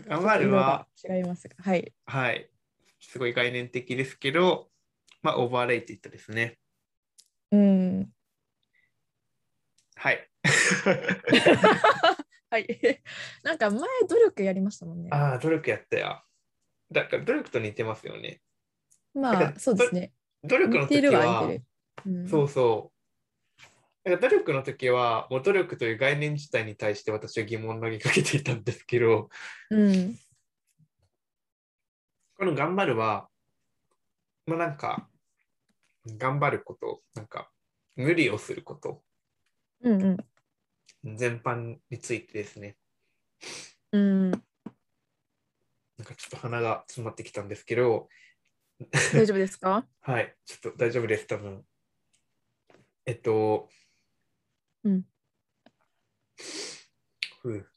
B: 頑張るは、
A: 色が違いますが、はい、
B: はい。すごい概念的ですけど、まあ、オーバーレイティッドですね。
A: うん、
B: はい。
A: はい、 [laughs] なんか前努力やりましたもんね。
B: ああ、努力やったよ。だから努力と似てますよね。なん
A: まあ
B: か
A: そうですね。
B: 努力の
A: 似て
B: 時
A: るは
B: は
A: 似てる。うん
B: そうそう。だから努力の時は、もう努力という概念自体に対して私は疑問を投げかけていたんですけど、
A: うん、
B: この頑張るは、まあなんか、頑張ること、なんか、無理をすること、
A: うん、うん。
B: 全般についてですね。
A: うん、
B: なんかちょっと鼻が詰まってきたんですけど、
A: 大丈夫ですか
B: はい、ちょっと大丈夫です、多分。えっと、
A: うん。
B: ふう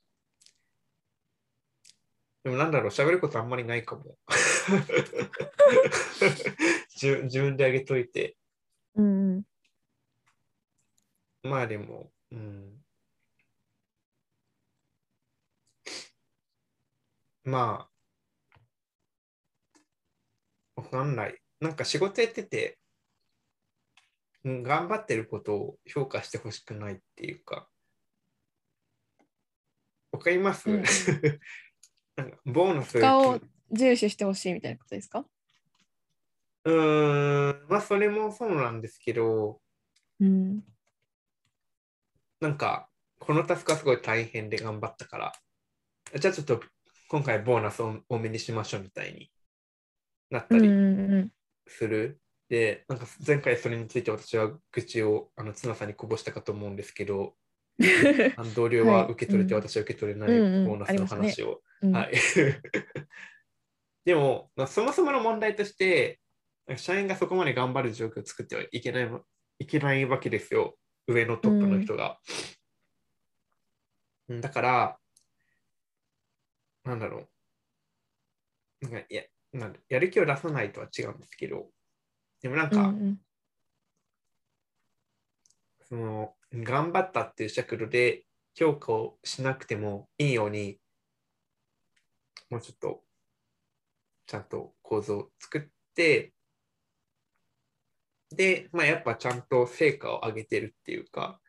B: でもなんだろう、喋ることあんまりないかも。 [laughs] 自分自分であげといて。
A: うんうん
B: まあでも、うんまあ、わかんない。なんか仕事やってて、うん頑張ってることを評価してほしくないっていうか、わかります、
A: うんうん
B: [laughs] なんかボーナス
A: 他を重視してほしいみたいなことですか
B: うーん、まあそれもそうなんですけど、
A: うん。
B: なんか、このタスクはすごい大変で頑張ったから、じゃあちょっと今回ボーナスを多めにしましょうみたいになった
A: うんう
B: り
A: んうん。
B: する。で、なんか前回それについて私は愚痴をあの綱さんにこぼしたかと思うんですけど、あの同僚は
A: はい
B: 受け取れて
A: うん
B: 私は受け取れない
A: うんうん
B: ボーナスの
A: ありまし
B: 話を。
A: うん
B: はい、 [laughs] でも、まあ、そもそもの問題として、社員がそこまで頑張る状況を作ってはいけないもいけないわけですよ、上のトップの人が。うんだから、なんだろう。なんかやなんだやる気を出さないとは違うんですけど、でもな
A: う
B: んか、
A: ん
B: その頑張ったっていう尺度で評価をしなくてもいいようにもうちょっとちゃんと構造を作ってで、まあ、やっぱちゃんと成果を上げてるっていうか、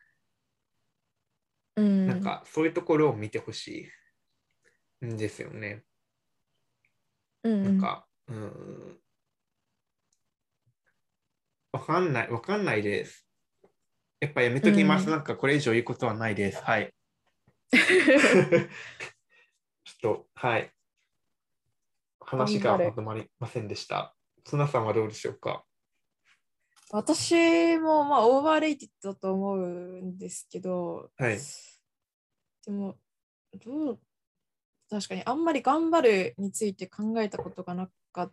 A: うん。
B: なんかそういうところを見てほしいんですよね。
A: うんうん、
B: なんか、うーん。わかんない、わかんないです。やっぱやめときます。
A: うん
B: なんかこれ以上言うことはないです。はい。ちょっと、はい。話が
A: 頑張
B: ま
A: る
B: とまりませんでした。綱さんはどうでしょうか
A: 私もまあオーバーレイティッドだと思うんですけど、
B: はい
A: でもどう確かにあんまり頑張るについて考えたことがなかっ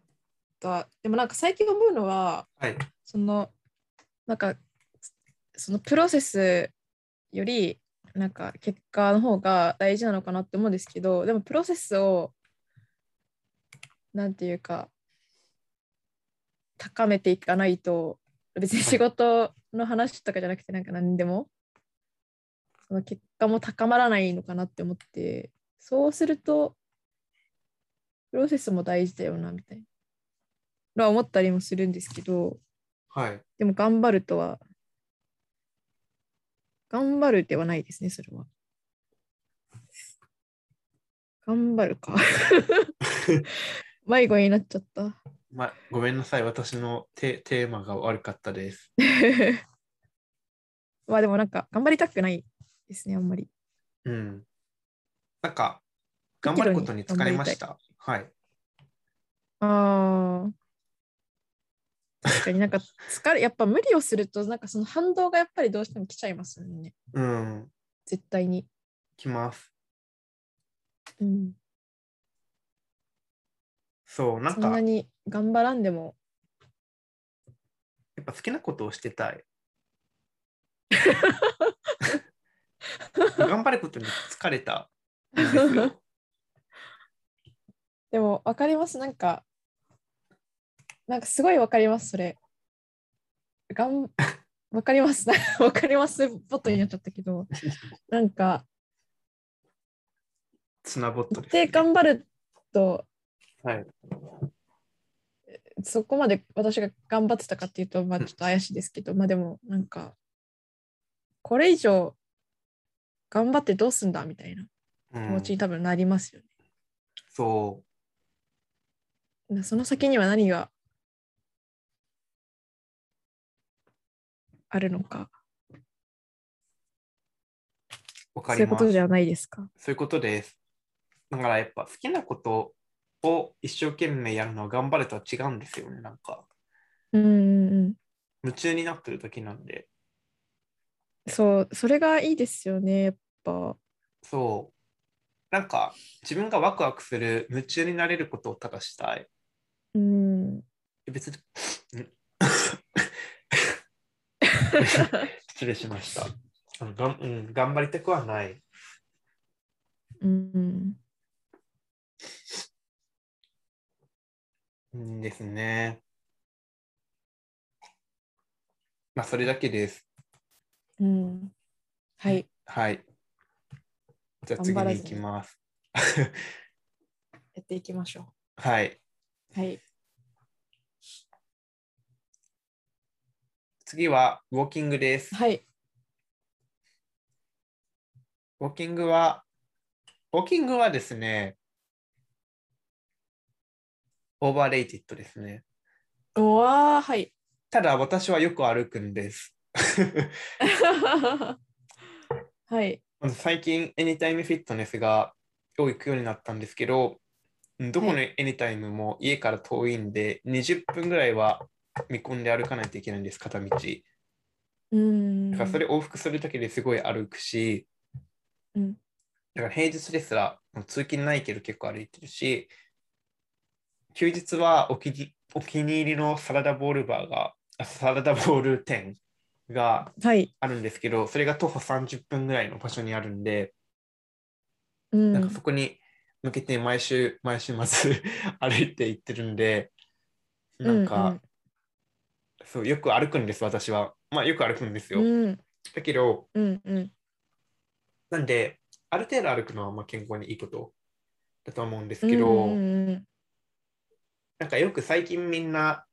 A: たでもなんか最近思うのは
B: はい。
A: そのなんかそのプロセスよりなんか結果の方が大事なのかなって思うんですけどでもプロセスをなんていうか高めていかないと別に仕事の話とかじゃなくてなんか何でもその結果も高まらないのかなって思ってそうするとプロセスも大事だよなみたいなのは思ったりもするんですけど、
B: はい。
A: でも頑張るとは、頑張るではないですね、それは。頑張るか。迷子になっちゃった。
B: まあ、ごめんなさい。私のテテーマが悪かったです。
A: [laughs] まあでもなんか、頑張りたくないですね、あんまり。
B: うん。なんか、頑張ることに疲れました。はい。
A: ああ。確かになんか疲れ、やっぱ無理をすると、なんかその反動がやっぱりどうしても来ちゃいますよね、
B: うん。
A: 絶対に。
B: きます。
A: うん。
B: そう、なん
A: そ
B: か。
A: んなに頑張らんでも。
B: やっぱ好きなことをしてたい。 [laughs] 頑張ることに疲れたんで
A: [laughs]
B: すよ。
A: でも分かりますなんかなんかすごい分かりますそれがん分かります [laughs] 分かりますボットになっちゃったけどなんか
B: ツナボットです、
A: で頑張ると、
B: はい
A: そこまで私が頑張ってたかっていうとまあちょっと怪しいですけどまあでもなんかこれ以上頑張ってどうすんだみたいな
B: う
A: 気
B: ん
A: 持ちに多分なりますよね
B: そ
A: なその先には何があるのか、
B: う、わか
A: そうい
B: り
A: うこ
B: ます。
A: とではないですか。
B: そういうことです。だからやっぱ好きなことを一生懸命やるのは頑張るとは違うんですよね。なんか、
A: うんうんうん。
B: 夢中になってる時なんで。
A: そう、それがいいですよね、やっぱ。
B: そう。なんか、自分がワクワクする、夢中になれることをただしたい。 [laughs]
A: うん。
B: 別に、ん失礼しました。あのがんうん、頑張りたくはない。
A: うん、
B: うんですね。まあ、それだけです。
A: うん。はい。
B: はい。じゃあ
A: 頑
B: 次
A: 張ら
B: に
A: ず
B: 行きます。
A: やっていきましょ
B: [laughs] はい。
A: う。はい。
B: 次はウォーキングです。
A: はい。
B: ウォーキングは、ウォーキングはですね、オーバーレイティッドですね。
A: おわー、はい。 [laughs]
B: ただ私はよく歩くんです。 [laughs]
A: はい。
B: 最近、エニタイムフィットネスがよく行くようになったんですけど、どこのエニタイムも家から遠いんで、20分ぐらいは見込んで歩かないといけないんです、片道。だ
A: うーん。
B: からそれ往復するだけですごい歩くし、
A: うん。
B: だから平日ですら通勤ないけど結構歩いてるし、休日はお気にお気に入りのサラダボールバーが、あサラダボール店が
A: はい。
B: あるんですけど、それが徒歩30分ぐらいの場所にあるんで、
A: う
B: なんか
A: ん
B: そ。こに向けて毎週、毎週末 [laughs] 歩いて行ってるんで、なんか、そう、よく歩くんです、私は。まあ、よく歩くんです
A: う
B: よ。
A: んうん。
B: だけど、
A: うんうん。
B: なんで、ある程度歩くのはまあ健康にいいことだとは思うんですけど、
A: うんうんうん
B: なんかよく最近みんな、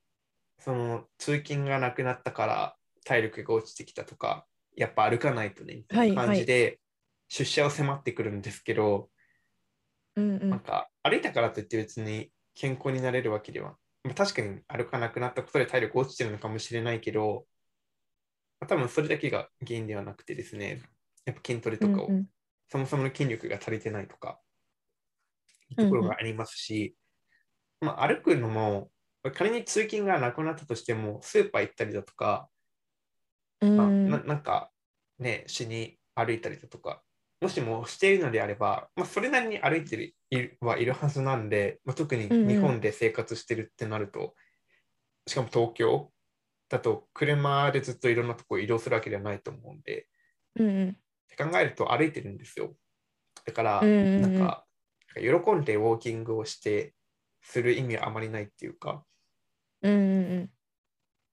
B: その通勤がなくなったから体力が落ちてきたとか、やっぱ歩かないとね、みたいな感じで出社を迫ってくるんですけど、
A: うんう
B: なん
A: ん。
B: か歩いたからといって別に健康になれるわけでは、まあ、確かに歩かなくなったことで体力落ちてるのかもしれないけど、まあ、多分それだけが原因ではなくてですね、やっぱ筋トレとかを、
A: うんうん
B: そもそもの筋力が足りてないとか、いうところがありますし、まあ、歩くのも、仮に通勤がなくなったとしても、スーパー行ったりだとか、まあ
A: うん
B: ななんかね、しに歩いたりだとか、もしもしているのであれば、まあ、それなりに歩いてるいるはいるはずなんで、まあ、特に
A: うんうん
B: 日本で生活してるってなると、しかも東京だと車でずっといろんなとこ移動するわけではないと思うんで、
A: うんうん
B: って考えると歩いてるんですよ。だから、
A: うんうん
B: な
A: うん
B: んか、なんか喜んでウォーキングをして、する意味はあまりないっていうか、
A: うんうん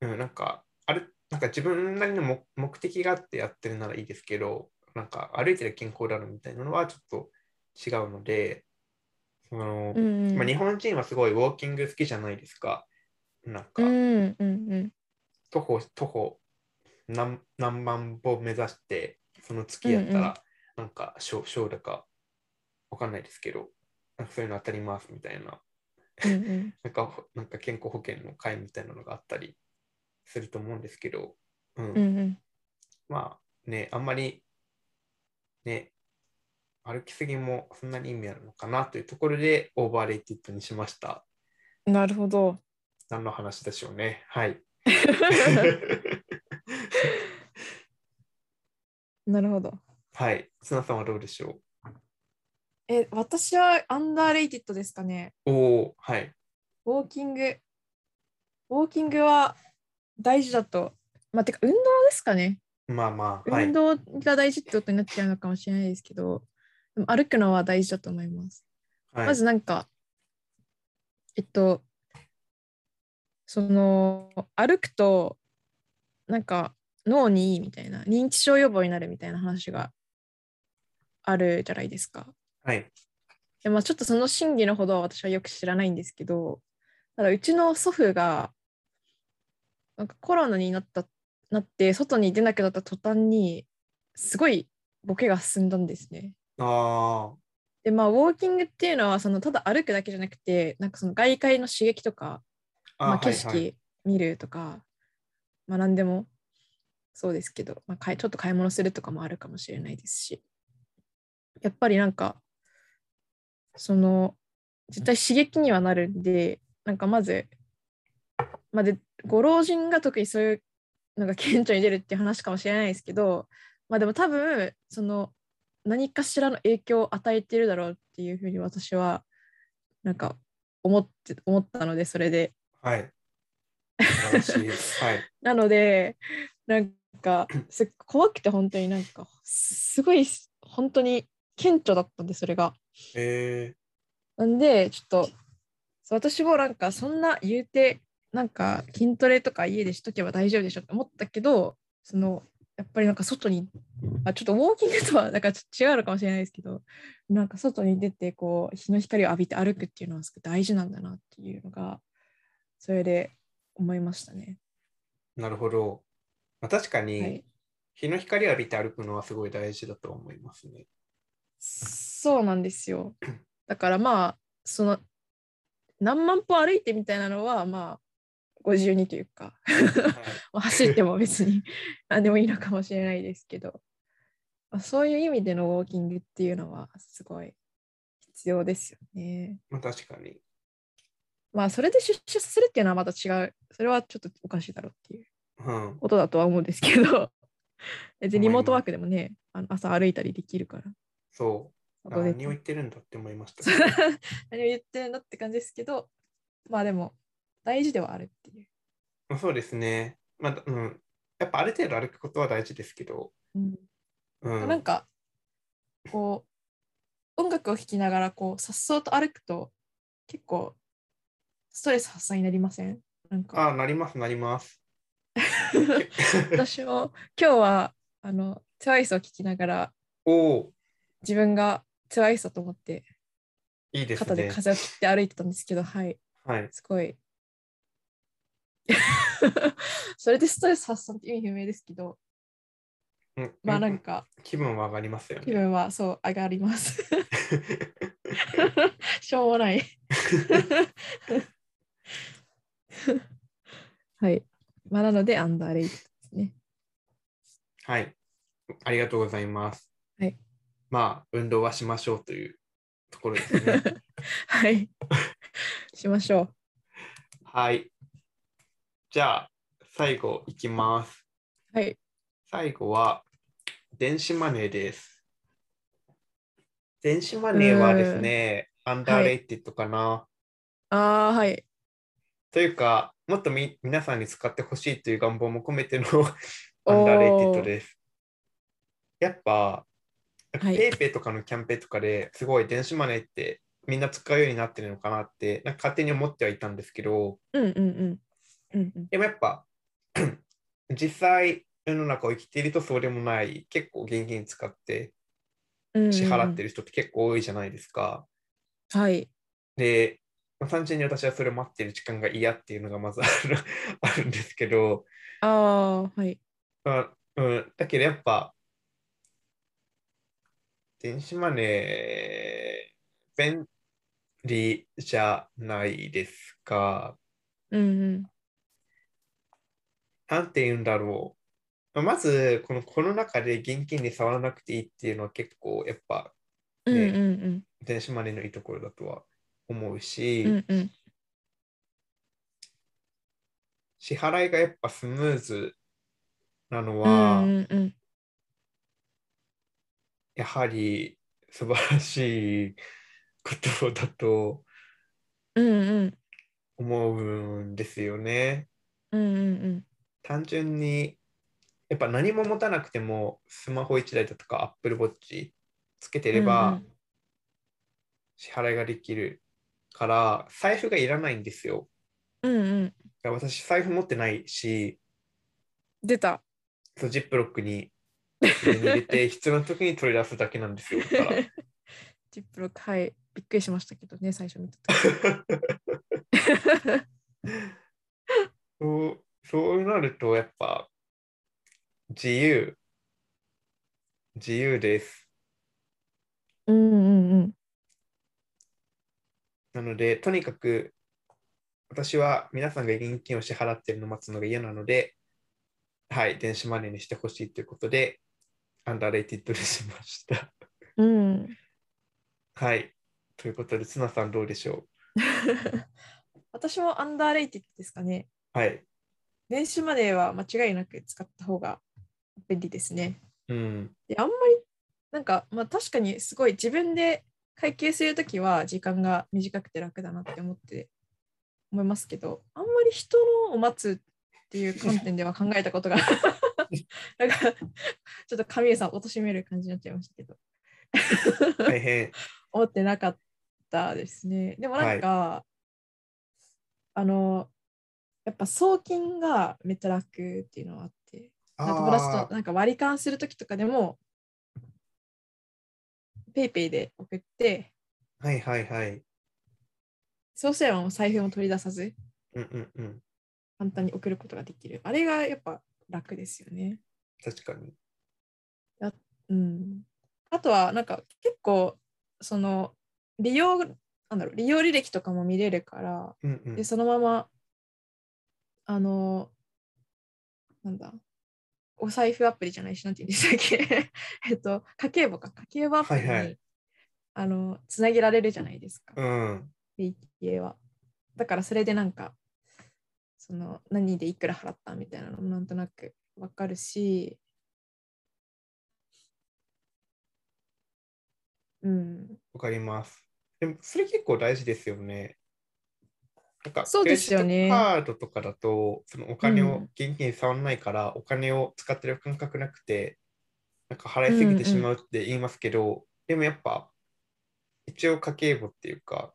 B: うん、なんか、ある、なんか自分なりの目目的があってやってるならいいですけど、なんか歩いてる健康だろみたいなのはちょっと違うので、その
A: う、んうん
B: まあ、日本人はすごいウォーキング好きじゃないですか。なんか、
A: うんうんうん
B: 徒歩、徒歩何、何万歩目指して、その月やったら、
A: うんうん
B: なんか、賞賞だか、わかんないですけど、なんかそういうの当たりますみたいな、
A: うんうん
B: なんか、ほなんか健康保険の会みたいなのがあったりすると思うんですけど、うん
A: うんうん
B: まあね、あんまり、ね、歩きすぎもそんなに意味あるのかなというところで、オーバーレイティッドにしました。 [laughs]
A: なるほど。
B: 何の話でしょうね。
A: [laughs]
B: はい。
A: なるほど。
B: はい。砂さんはどうでしょ
A: え、私はアンダーレイティッドですかね。
B: うおお、はい。
A: ウォーキング。ウォーキングは大事だと。まあ、てか運動ですかね。
B: まあまあ、はい。
A: 運動が大事ってことになっちゃうのかもしれないですけど、でも歩くのは大事だと思います。
B: はい、
A: まずなんか、えっと、その、歩くと、なんか、脳にいいみたいな、認知症予防になるみたいな話があるじゃないですか。
B: はい。
A: でまあ、ちょっとその真偽のほどは私はよく知らないんですけど、ただうちの祖父が、なんかコロナになったなって、外に出なくなった途端に、すごいボケが進んだんですね。
B: あ
A: でまあウォーキングっていうのはそのただ歩くだけじゃなくてなんかその外界の刺激とか
B: あ、
A: ま
B: あ
A: あ、
B: ーは
A: 景
B: いはい。
A: 色見るとか、まあ何でもそうですけど、まあ、買いちょっと買い物するとかもあるかもしれないですしやっぱりなんかその絶対刺激にはなるんでなんかまず、まあ、でご老人が特にそういうのが顕著に出るっていう話かもしれないですけどまあでも多分その何かしらの影響を与えてるだろうっていうふうに私はなんか思って思ったのでそれで
B: はい。素晴らしい。はい。
A: なのでなんかすっ怖くて本当になんかすごい本当に顕著だったんでそれが。
B: え
A: なんでちょっとそう私もなんかそんな言うてなんか筋トレとか家でしとけば大丈夫でしょって思ったけどそのやっぱりなんか外にあちょっとウォーキングとはなんかちょっと違うのかもしれないですけどなんか外に出てこう日の光を浴びて歩くっていうのはすごい大事なんだなっていうのがそれで思いましたね。
B: なるほど。まあ、確か
A: は
B: に
A: い、
B: 日の光を浴びて歩くのはすごい大事だと思います
A: [laughs]
B: ね。
A: そうなんですよ。だからまあその何万歩歩いてみたいなのはまあご自由にというか [laughs]
B: はい
A: まあ走っても別に [laughs] 何でもいいのかもしれないですけど、まあ、そういう意味でのウォーキングっていうのはすごい必要ですよね。
B: まあ、確かに。
A: まあそれで出社するっていうのはまた違うそれはちょっとおかしいだろうっていう
B: うん。
A: ことだとは思うんですけど別にリモート
B: 思
A: ワ
B: います
A: ークでもねあの朝歩いたりできるから。
B: そう。
A: 外出て
B: 何を言ってるんだって思いました。
A: [laughs] 何を言ってるんだって感じですけどまあでも大事ではあるっていう、
B: まあそうですね。まあ、うん。やっぱある程度歩くことは大事ですけど、う
A: なん
B: ん。
A: かこう音楽を聴きながらこうさっそうと歩くと結構ストレス発散になりませんなんか
B: あ、なります、なります。
A: 私も今日はあの TWICE を聴きながら
B: おお、
A: 自分が TWICE だと思って
B: いいです
A: 肩で
B: ね。
A: 風を切って歩いてたんですけどはい
B: はい。
A: すごい [laughs] それでストレス発散って意味不明ですけど
B: うん
A: まあなんか
B: 気分は上がりますよ
A: 気
B: ね。
A: 分はそう上がり [laughs] ます。しょうもない。 [laughs] はい。まあなのでアンダーレイトですね。
B: はい。ありがとうございます。
A: はい。
B: まあ、運動はしましょうというところです
A: [laughs]
B: ね。
A: はい。しましょう。
B: はい。じゃあ、最後いきます。
A: はい。
B: 最後は、電子マネーです。電子マネーはですね、アンダーレイティッドかな。
A: ああはい。
B: というか、もっとみ皆さんに使ってほしいという願望も込めての [laughs]
A: おー
B: アンダーレイティッドです。やっ
A: は
B: ぱ、
A: い
B: PayPay とかのキャンペーンとかですごい電子マネーってみんな使うようになってるのかなってなんか勝手に思ってはいたんですけど、
A: うんうんうん。うんうん、
B: でもやっぱ [clears throat] 実際世の中を生きているとそうでもない結構現金使って
A: うんうん
B: 支払ってる人って結構多いじゃないですか。
A: はい。
B: で、まあ単純に私はそれを待ってる時間が嫌っていうのがまずある [laughs] あるんですけど、
A: ああはい。
B: まあ、うん、だけどやっぱ、電子マネー、便利じゃないですか。
A: うんうん。
B: なんて言うんだろう。まあまず、このコロナ禍で現金に触らなくていいっていうのは結構、やっぱ、
A: うんうん
B: 電子マネーのいいところだとは思う
A: う
B: し、
A: ん。うんうん。
B: 支払いがやっぱスムーズなの
A: う
B: は、
A: んうんうん。
B: やはり素晴らしいことだと
A: うんうん
B: 思うんですよね。
A: うんうん
B: 単純にやっぱ何も持たなくてもスマホ1台だとか Apple Watch つけてれ
A: うんう
B: ば
A: ん
B: 支払いができるから財布がいらないんですよ。
A: うんうん。
B: だから私財布持ってないし
A: 出た。
B: そうジップロックに入れ
A: [laughs]
B: て必要な時に取り出すだけなんですよ。だから
A: ジップロックはい。びっくりしましたけどね最初見た時。
B: [laughs] そうそうなるとやっぱ自由自由です。
A: [laughs] うんうんうん。
B: なので、とにかく私は皆さんが現金を支払っているのを待つのが嫌なので、はい、電子マネーにしてほしいということで、アンダーレイティッドにしました。 [laughs]
A: うん。
B: はい。ということで、ツナさんどうでしょ
A: [laughs] 私もアンダーレイティッドですかね。
B: うはい。
A: 電子マネーは間違いなく使った方が便利ですね。
B: うん。
A: であんまりなんか、まあ、確かにすごい自分で会計するときは時間が短くて楽だなって思って思いますけどあんまり人のを待つっていう観点では考えたことがなんかちょっと神谷さん貶としめる感じになっちゃいましたけど
B: 大変。
A: 思ってなかったですね。でもなんか、あのやっぱ送金がめっちゃ楽っていうのはあって [laughs] なんか友達となんか割り勘するときとかでも、ペイペイで送って、
B: あーはいはいはい。
A: そうすればもう財布も取り出さず、
B: うんうんうん。
A: 簡単に送ることができる。あれがやっぱ楽ですよね。
B: 確かに。
A: うん。あとは、なんか結構、その、利用、なんだろう、利用履歴とかも見れるから、
B: うんうん
A: で、。そのまま、あの、なんだ、お財布アプリじゃないし、なんて言うんでしたっけ [laughs] えっと、家計簿か、家計簿アプリに、
B: はいはい
A: あの、つなげられるじゃないですか、
B: うん。
A: PTA は。だから、それでなんか、その、何でいくら払ったみたいなのもなんとなくわかるし、うん、
B: わかります。でも、それ結構大事ですよね。なんか、
A: そうですよね
B: クレジットカードとかだと、そのお金
A: う
B: を
A: ん
B: 現金触らないから、お金を使ってる感覚なくて、なんか払いすぎてしまうって言いますけど、でもやっぱ、一応家計簿っていうか、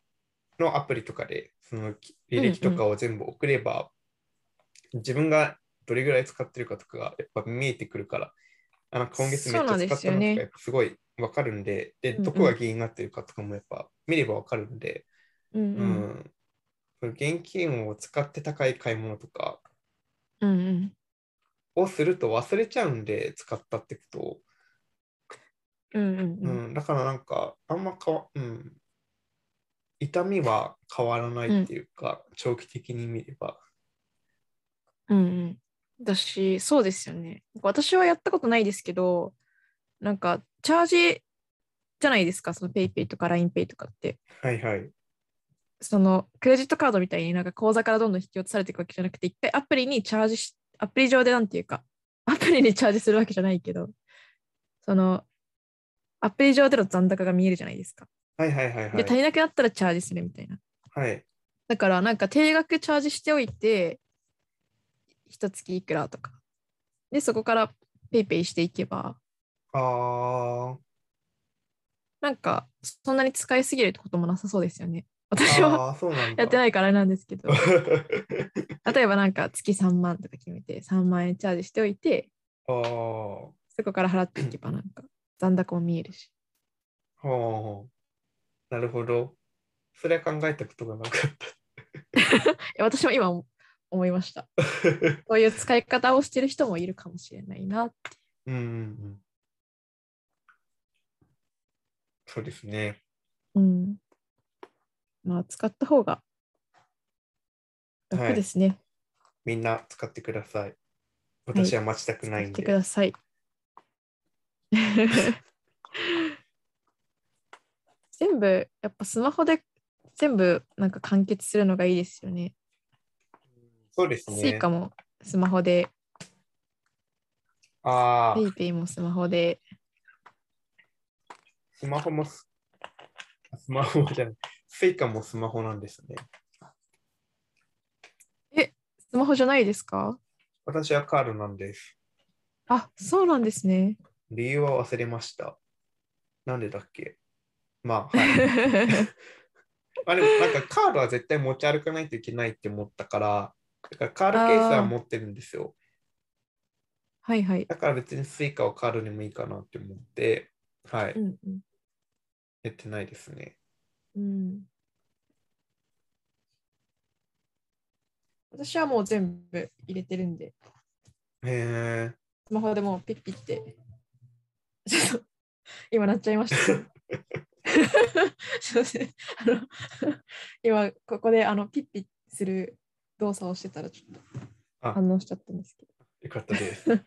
B: のアプリとかで、そのき履歴とかを全部送れば、自分がどれぐらい使ってるかとかがやっぱ見えてくるから、あの今月めっちゃ使ったの
A: そうな
B: と
A: ん
B: か
A: ですよね
B: やっぱすごいわかるんで、で、
A: うんうん
B: どこが原因になってるかとかもやっぱ見ればわかるんで、
A: うん、
B: う
A: うん、
B: ん。現金を使って高い買い物とか
A: うん、うん、
B: をすると忘れちゃうんで、使ったってことを。
A: うん、うん、う。
B: うんん、だからなんか、あんまかわ、うん。痛みは変わらないっていうか、長期的に見れば。
A: うんうん、だし、そうですよね。私はやったことないですけど、なんか、チャージじゃないですか、その PayPay ペイペイとか LINEPay とかって。
B: はいはい。
A: そのクレジットカードみたいになんか口座からどんどん引き落とされていくわけじゃなくて、一回アプリにチャージし、アプリ上でなんていうか、 [laughs] アプリにチャージするわけじゃないけど、その、アプリ上での残高が見えるじゃないですか。
B: はいはいはいは
A: で、足
B: い。
A: りなくなったらチャージするみたいな。
B: はい。
A: だからなんか定額チャージしておいて一月いくらとかでそこからペイペイしていけば
B: あー
A: なんかそんなに使いすぎるってこともなさそうですよね私は
B: あー、そうなんだ。
A: やって
B: い。
A: ないからあれなんですけど例えばなんか月3万とか決めて3万円チャージしておいて
B: [laughs] ああ。
A: そこから払っていけばなんか残高も見えるし
B: はあ、なるほど。それは考えたことがなかった。
A: いや私も今思いましたそういう使い方をしてる人もいるかもしれないな
B: うんうんうん。そうですね。
A: うんまあ使った方が楽ですね、
B: みんな使ってください。私は待ちたくないん
A: 来て
B: で。
A: ください。 [laughs] 全部やっぱスマホで全部なんか完結するのがいいですよね。
B: そうです
A: スイ
B: ね
A: カ。もスマホで、
B: ああ
A: ペ、イペイもスマホで、
B: スマホもす、スマホじゃない。スイカもスマホなんですね。
A: スマホじゃないですか？
B: 私はカードなんです。
A: あ、そうなんですね。 [laughs]
B: 理由は忘れました。なんでだっけまあ、はい。あでもなんかカードは絶対持ち歩かないといけないって思ったから、だからカードケースは持ってるんですよ。
A: はいはい。
B: だから別にスイカをカードにもいいかなって思って、は
A: う
B: い、
A: んうん
B: やってないですね。
A: うん。私はもう全部入れてるんで、
B: へえ。
A: スマホでもうピッピって。 [laughs] ちょっと、今なっちゃいました。すいません。あの、今、ここで、あの、ピッピッする動作をしてたら、ちょっと
B: あ
A: 反応しちゃったんですけ
B: よかった
A: [laughs]
B: です。
A: ど。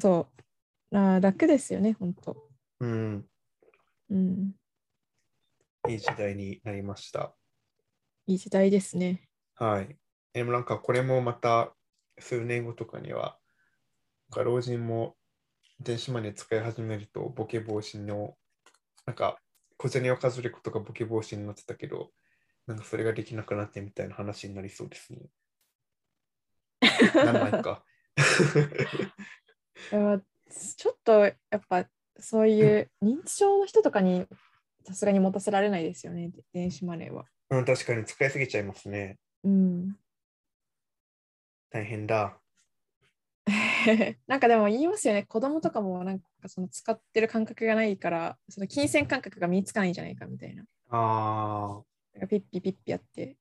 A: そう。あー楽ですよね、本当
B: うん。
A: うん。
B: いい時代になりました。
A: いい時代ですね。
B: はい。でもなんかこれもまた数年後とかには、なんか老人も電子マネー使い始めるとボケ防止の、なんか小銭を数えることがボケ防止になってたけど、なんかそれができなくなってみたいな話になりそうですね。なんない
A: [laughs]
B: か。
A: いやちょっと、やっぱ、そういう認知症の人とかに、さすがに持たせられないですよね、電子マネーは。
B: うん、確かに使いすぎちゃいますね。
A: うん。
B: 大変だ。
A: [laughs] なんかでも言いますよね子供とかもなんかその使ってる感覚がないからその金銭感覚が身につかないんじゃないかみたいな
B: あ
A: なんかピッピピッピやって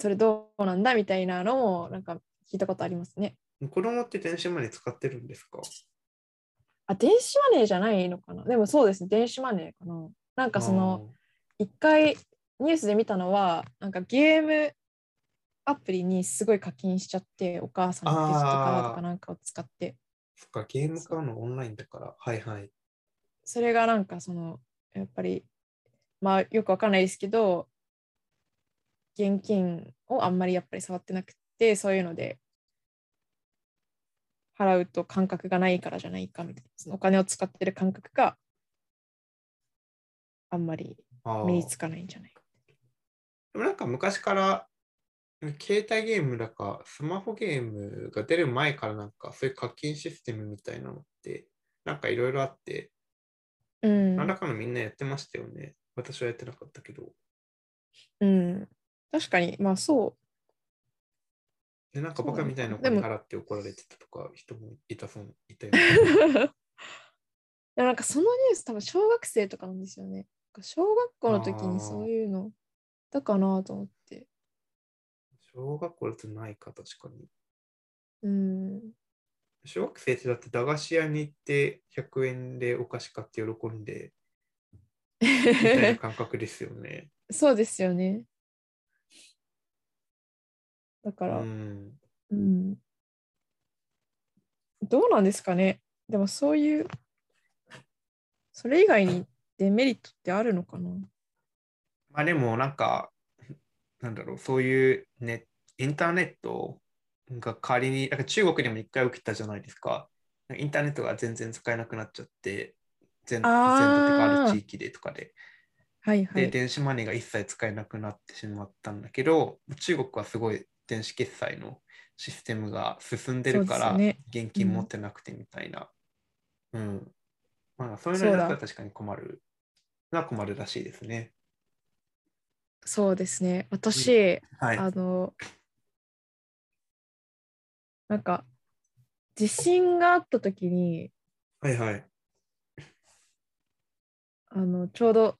A: それどうなんだみたいなのもなんか聞いたことありますね
B: あ。子供って電子マネー使ってるんですか
A: あ電子マネーじゃないのかなでもそうですね電子マネーかななんかその、一回ニュースで見たのはなんかゲームアプリにすごい課金しちゃってお母さんのクレジットカードかなんかを使って
B: そっか、ゲーム買うのオンラインだから。はいはい。
A: それがなんかそのやっぱりまあよくわかんないですけど現金をあんまりやっぱり触ってなくてそういうので払うと感覚がないからじゃないかみたいなそのお金を使ってる感覚があんまり
B: ああ
A: 身につかないんじゃない
B: でもなんか昔から、携帯ゲームだか、スマホゲームが出る前からなんか、そういう課金システムみたいなのって、なんかいろいろあって、
A: うん
B: 何らかのみんなやってましたよね。私はやってなかったけど。
A: うん、確かに、まあそ
B: で、なんかバカみたいなお
A: そう
B: 金
A: なんだ
B: 払って怒られてたとか、人もいたそう、いたよ
A: う。
B: ね。
A: でもなんかそのニュース多分小学生とかなんですよね。小学校の時にそういうのだかなと思って。
B: 小学校だとないか、確かに。
A: うん。
B: 小学生ってだって駄菓子屋に行って100円でお菓子買って喜んで、みたいな感覚ですよね。
A: [laughs] そうですよね。だか
B: う
A: ら、
B: ん。
A: うん。どうなんですかね。でもそういう、それ以外にデメリットってあるのかな。
B: まあでもなんか、なんだろう、そういうね、インターネットが代わりに、なんか中国でも一回起きたじゃないですか。インターネットが全然使えなくなっちゃって、全全部と
A: あー
B: かある地域でとかで。
A: はい
B: で、
A: はい。
B: 電子マネーが一切使えなくなってしまったんだけど、中国はすごい電子決済のシステムが進んでるか
A: そ
B: ら、
A: うです
B: 現金持ってなくてみたいな。うん。まあ、そういうのになったら確かに困る。な困るらしいですね。
A: そうですね。私、
B: はい。
A: あの、なんか、地震があった時に、
B: はいはい。
A: あの、ちょうど、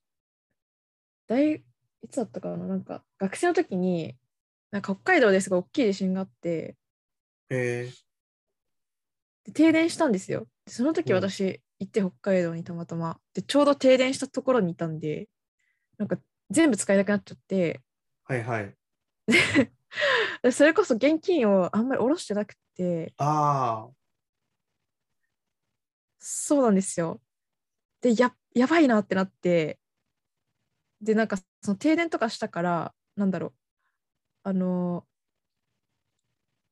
A: 大、いつだったかな、なんか、学生の時に、なんか北海道ですごい大きい地震があって、
B: え
A: で停電したんですよ。でその時
B: うん
A: 私、行って北海道にたまたま。で、ちょうど停電したところにいたんで、なんか、全部使えなくなっちゃって、
B: はいはい。
A: でそれこそ現金をあんまり下ろしてなくて、
B: あ
A: そうなんですよ。でややばいなってなってでなんかその停電とかしたからなんだろうあの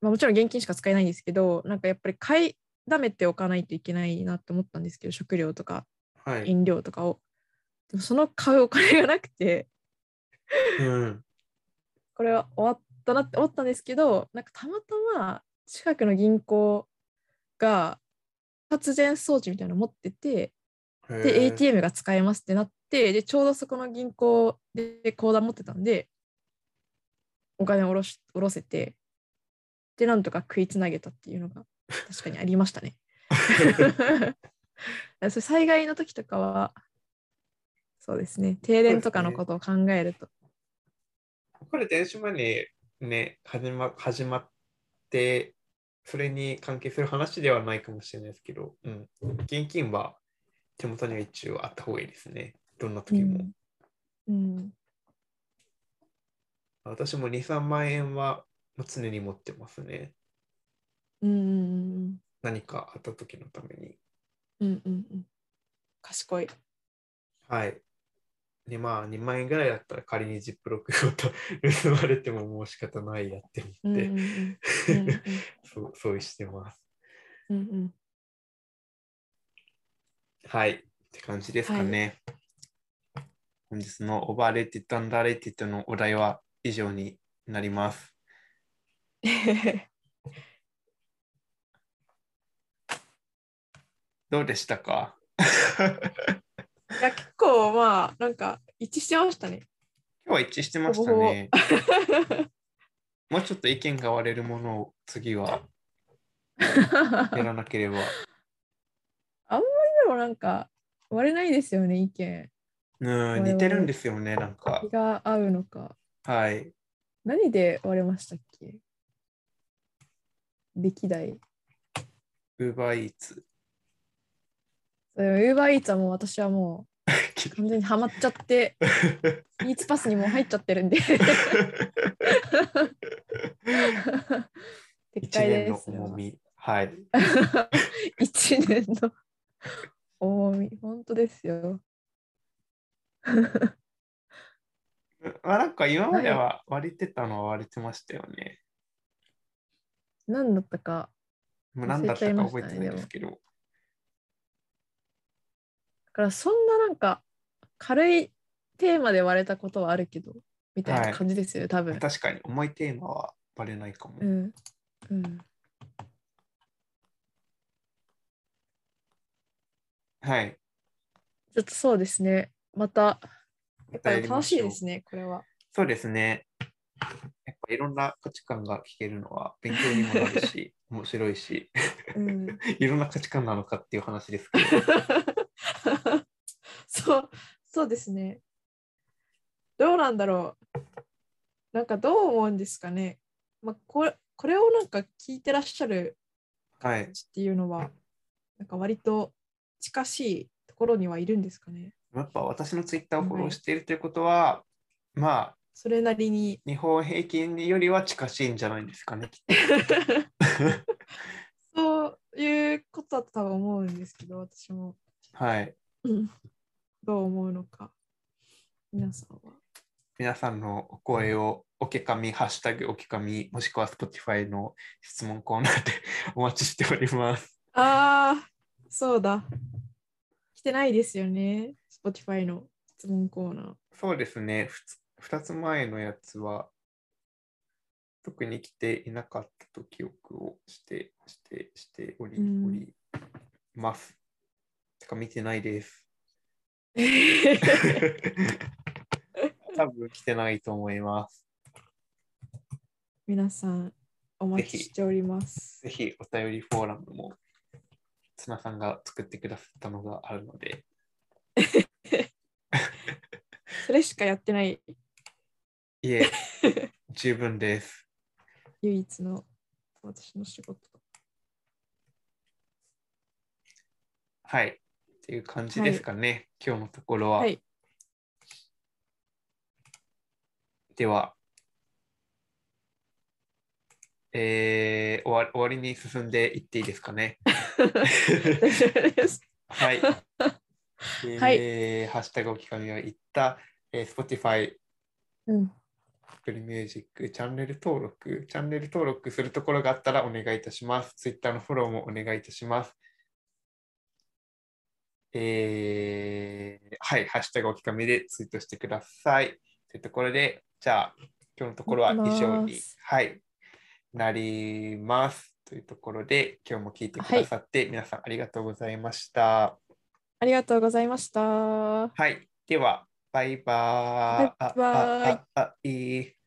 A: まあもちろん現金しか使えないんですけどなんかやっぱり買いだめておかないといけないなって思ったんですけど食料とか
B: あ、はい。
A: 飲料とかをでもその買うお金がなくて
B: うん。
A: これは終わったなって思ったんですけどなんかたまたま近くの銀行が発電装置みたいなの持ってて
B: へ
A: で
B: え
A: ATM が使えますってなってでちょうどそこの銀行で口座持ってたんでお金を下ろし下ろせてでなんとか食いつなげたっていうの
B: [laughs]
A: が確かにありましたね。 [laughs] それ災害の時とかはそうですね停電とかのことを考えると
B: これ電子マネーね、始ま始まって、それに関係する話ではないかもしれないですけど、うん。現金は手元には一応あった方がいいですね。どんな時も。
A: うんうん
B: 私も2、3万円は常に持ってますね。
A: うんうん
B: 何かあった時のために。
A: うんうんうんうん賢い
B: はい。で、まあ、2万円ぐらいだったら仮にジップロックごと [laughs] 盗まれてももう仕方ないやって
A: うん
B: 思
A: う
B: っ
A: ん
B: て、
A: うんうんうん
B: そう、そうしてます。
A: うん
B: [laughs]
A: うん
B: はい。って感じですかね。本日のオーバーレティッドアンダーレティッドのお題は以上になります。どうでしたか
A: いや結構まあなんか一致してました
B: [laughs]
A: ね。
B: 今日は一致してました [laughs] [laughs] ね。もうちょっと意見が割れるものを次はやらなければ。
A: でもなんか割れないですよね意見
B: うん、似てるんですよね、なんか
A: 気。が合うのか
B: はい。
A: 何で割れましたっけ歴代
B: ウーバーイーツ。
A: ウーバーイーツはもう私はも
B: [laughs]
A: う完全にハマっちゃってイーツパスにもう入っちゃってるん
B: [laughs]
A: で撤
B: 一
A: 回
B: 年
A: で
B: の
A: すね
B: 重み。はい。
A: [laughs] 一年の重み本当ですよ
B: まあ、なんか今までは割れてたのは割れてましたよね。
A: 何だったか
B: もう何だったか覚えてないですけど。
A: だからそんななんか軽いテーマで割れたことはあるけどみたいな感じですよ、多分
B: 確かに重いテーマはバレないかも。
A: うんうん
B: はい。
A: ちょっとそうですね。また、やっぱ
B: や
A: り
B: りま
A: 楽
B: し
A: し
B: ょう
A: いですね、これは。
B: そうですね。やっぱいろんな価値観が聞けるのは勉強にもなる
A: [laughs]
B: し、面白いし、
A: うん、
B: いろんな価値観なのかっていう話ですけ
A: [laughs]
B: ど。
A: そう、そうですね。どうなんだろう。なんかどう思うんですかね。まあ、これこれをなんか聞いてらっしゃる
B: はい
A: 人。っていうのは、なんか割と近しいところにはいるんですかね。
B: やっぱ私のツイッターをフォローしているということは、まあ、
A: それなりに。
B: 日本平均よりは近しいんじゃないです
A: [laughs]
B: かね。きっと
A: そういうことだと多分思うんですけど、私も。
B: はい。
A: どう思うのか。皆さんは。
B: 皆さんのお声をおけかみ、ハッシュタグおけかみ、もしくは Spotify の質問コーナーでお待ちしております。
A: ああ、そうだ。来てないですよね。Spotify の質問コーナー。
B: そうですね。ふつ2つ前のやつは、特に来ていなかったと記憶をして、して、しており、
A: うん
B: おります。てか見てな
A: [laughs]
B: いです。多分来てないと思います。
A: 皆さん、お待ちしております。
B: ぜひお便りフォーラムも綱さんが作ってくださったのがあるので、
A: それしかやってない [laughs]
B: いえ、十分です。
A: 唯一の私の仕事。
B: はい。っていう感じですかね、今日のところ
A: [laughs]
B: は。
A: はい。
B: では、えー終わ、終わりに進んでいっていいです
A: [laughs]
B: かね。
A: 大丈夫です。 [laughs]
B: はい。
A: はい
B: えーハッシュタグおきかみを言った、えー Spotify、
A: うん。
B: Apple Music チャンネル登録、チャンネル登録するところがあったらお願いいたします。Twitter のフォローもお願いいたします。えー、はい、ハッシュタグおきかみでツイートしてください。というところで、じゃあ、今日のところは以上
A: 行き
B: に
A: ま、す
B: はい、なります。というところで、今日も聞いてくださって、皆さんありがとうございました。
A: ありがとうございました。
B: はい、では、バイバー
A: バイバーイ
B: ああああいい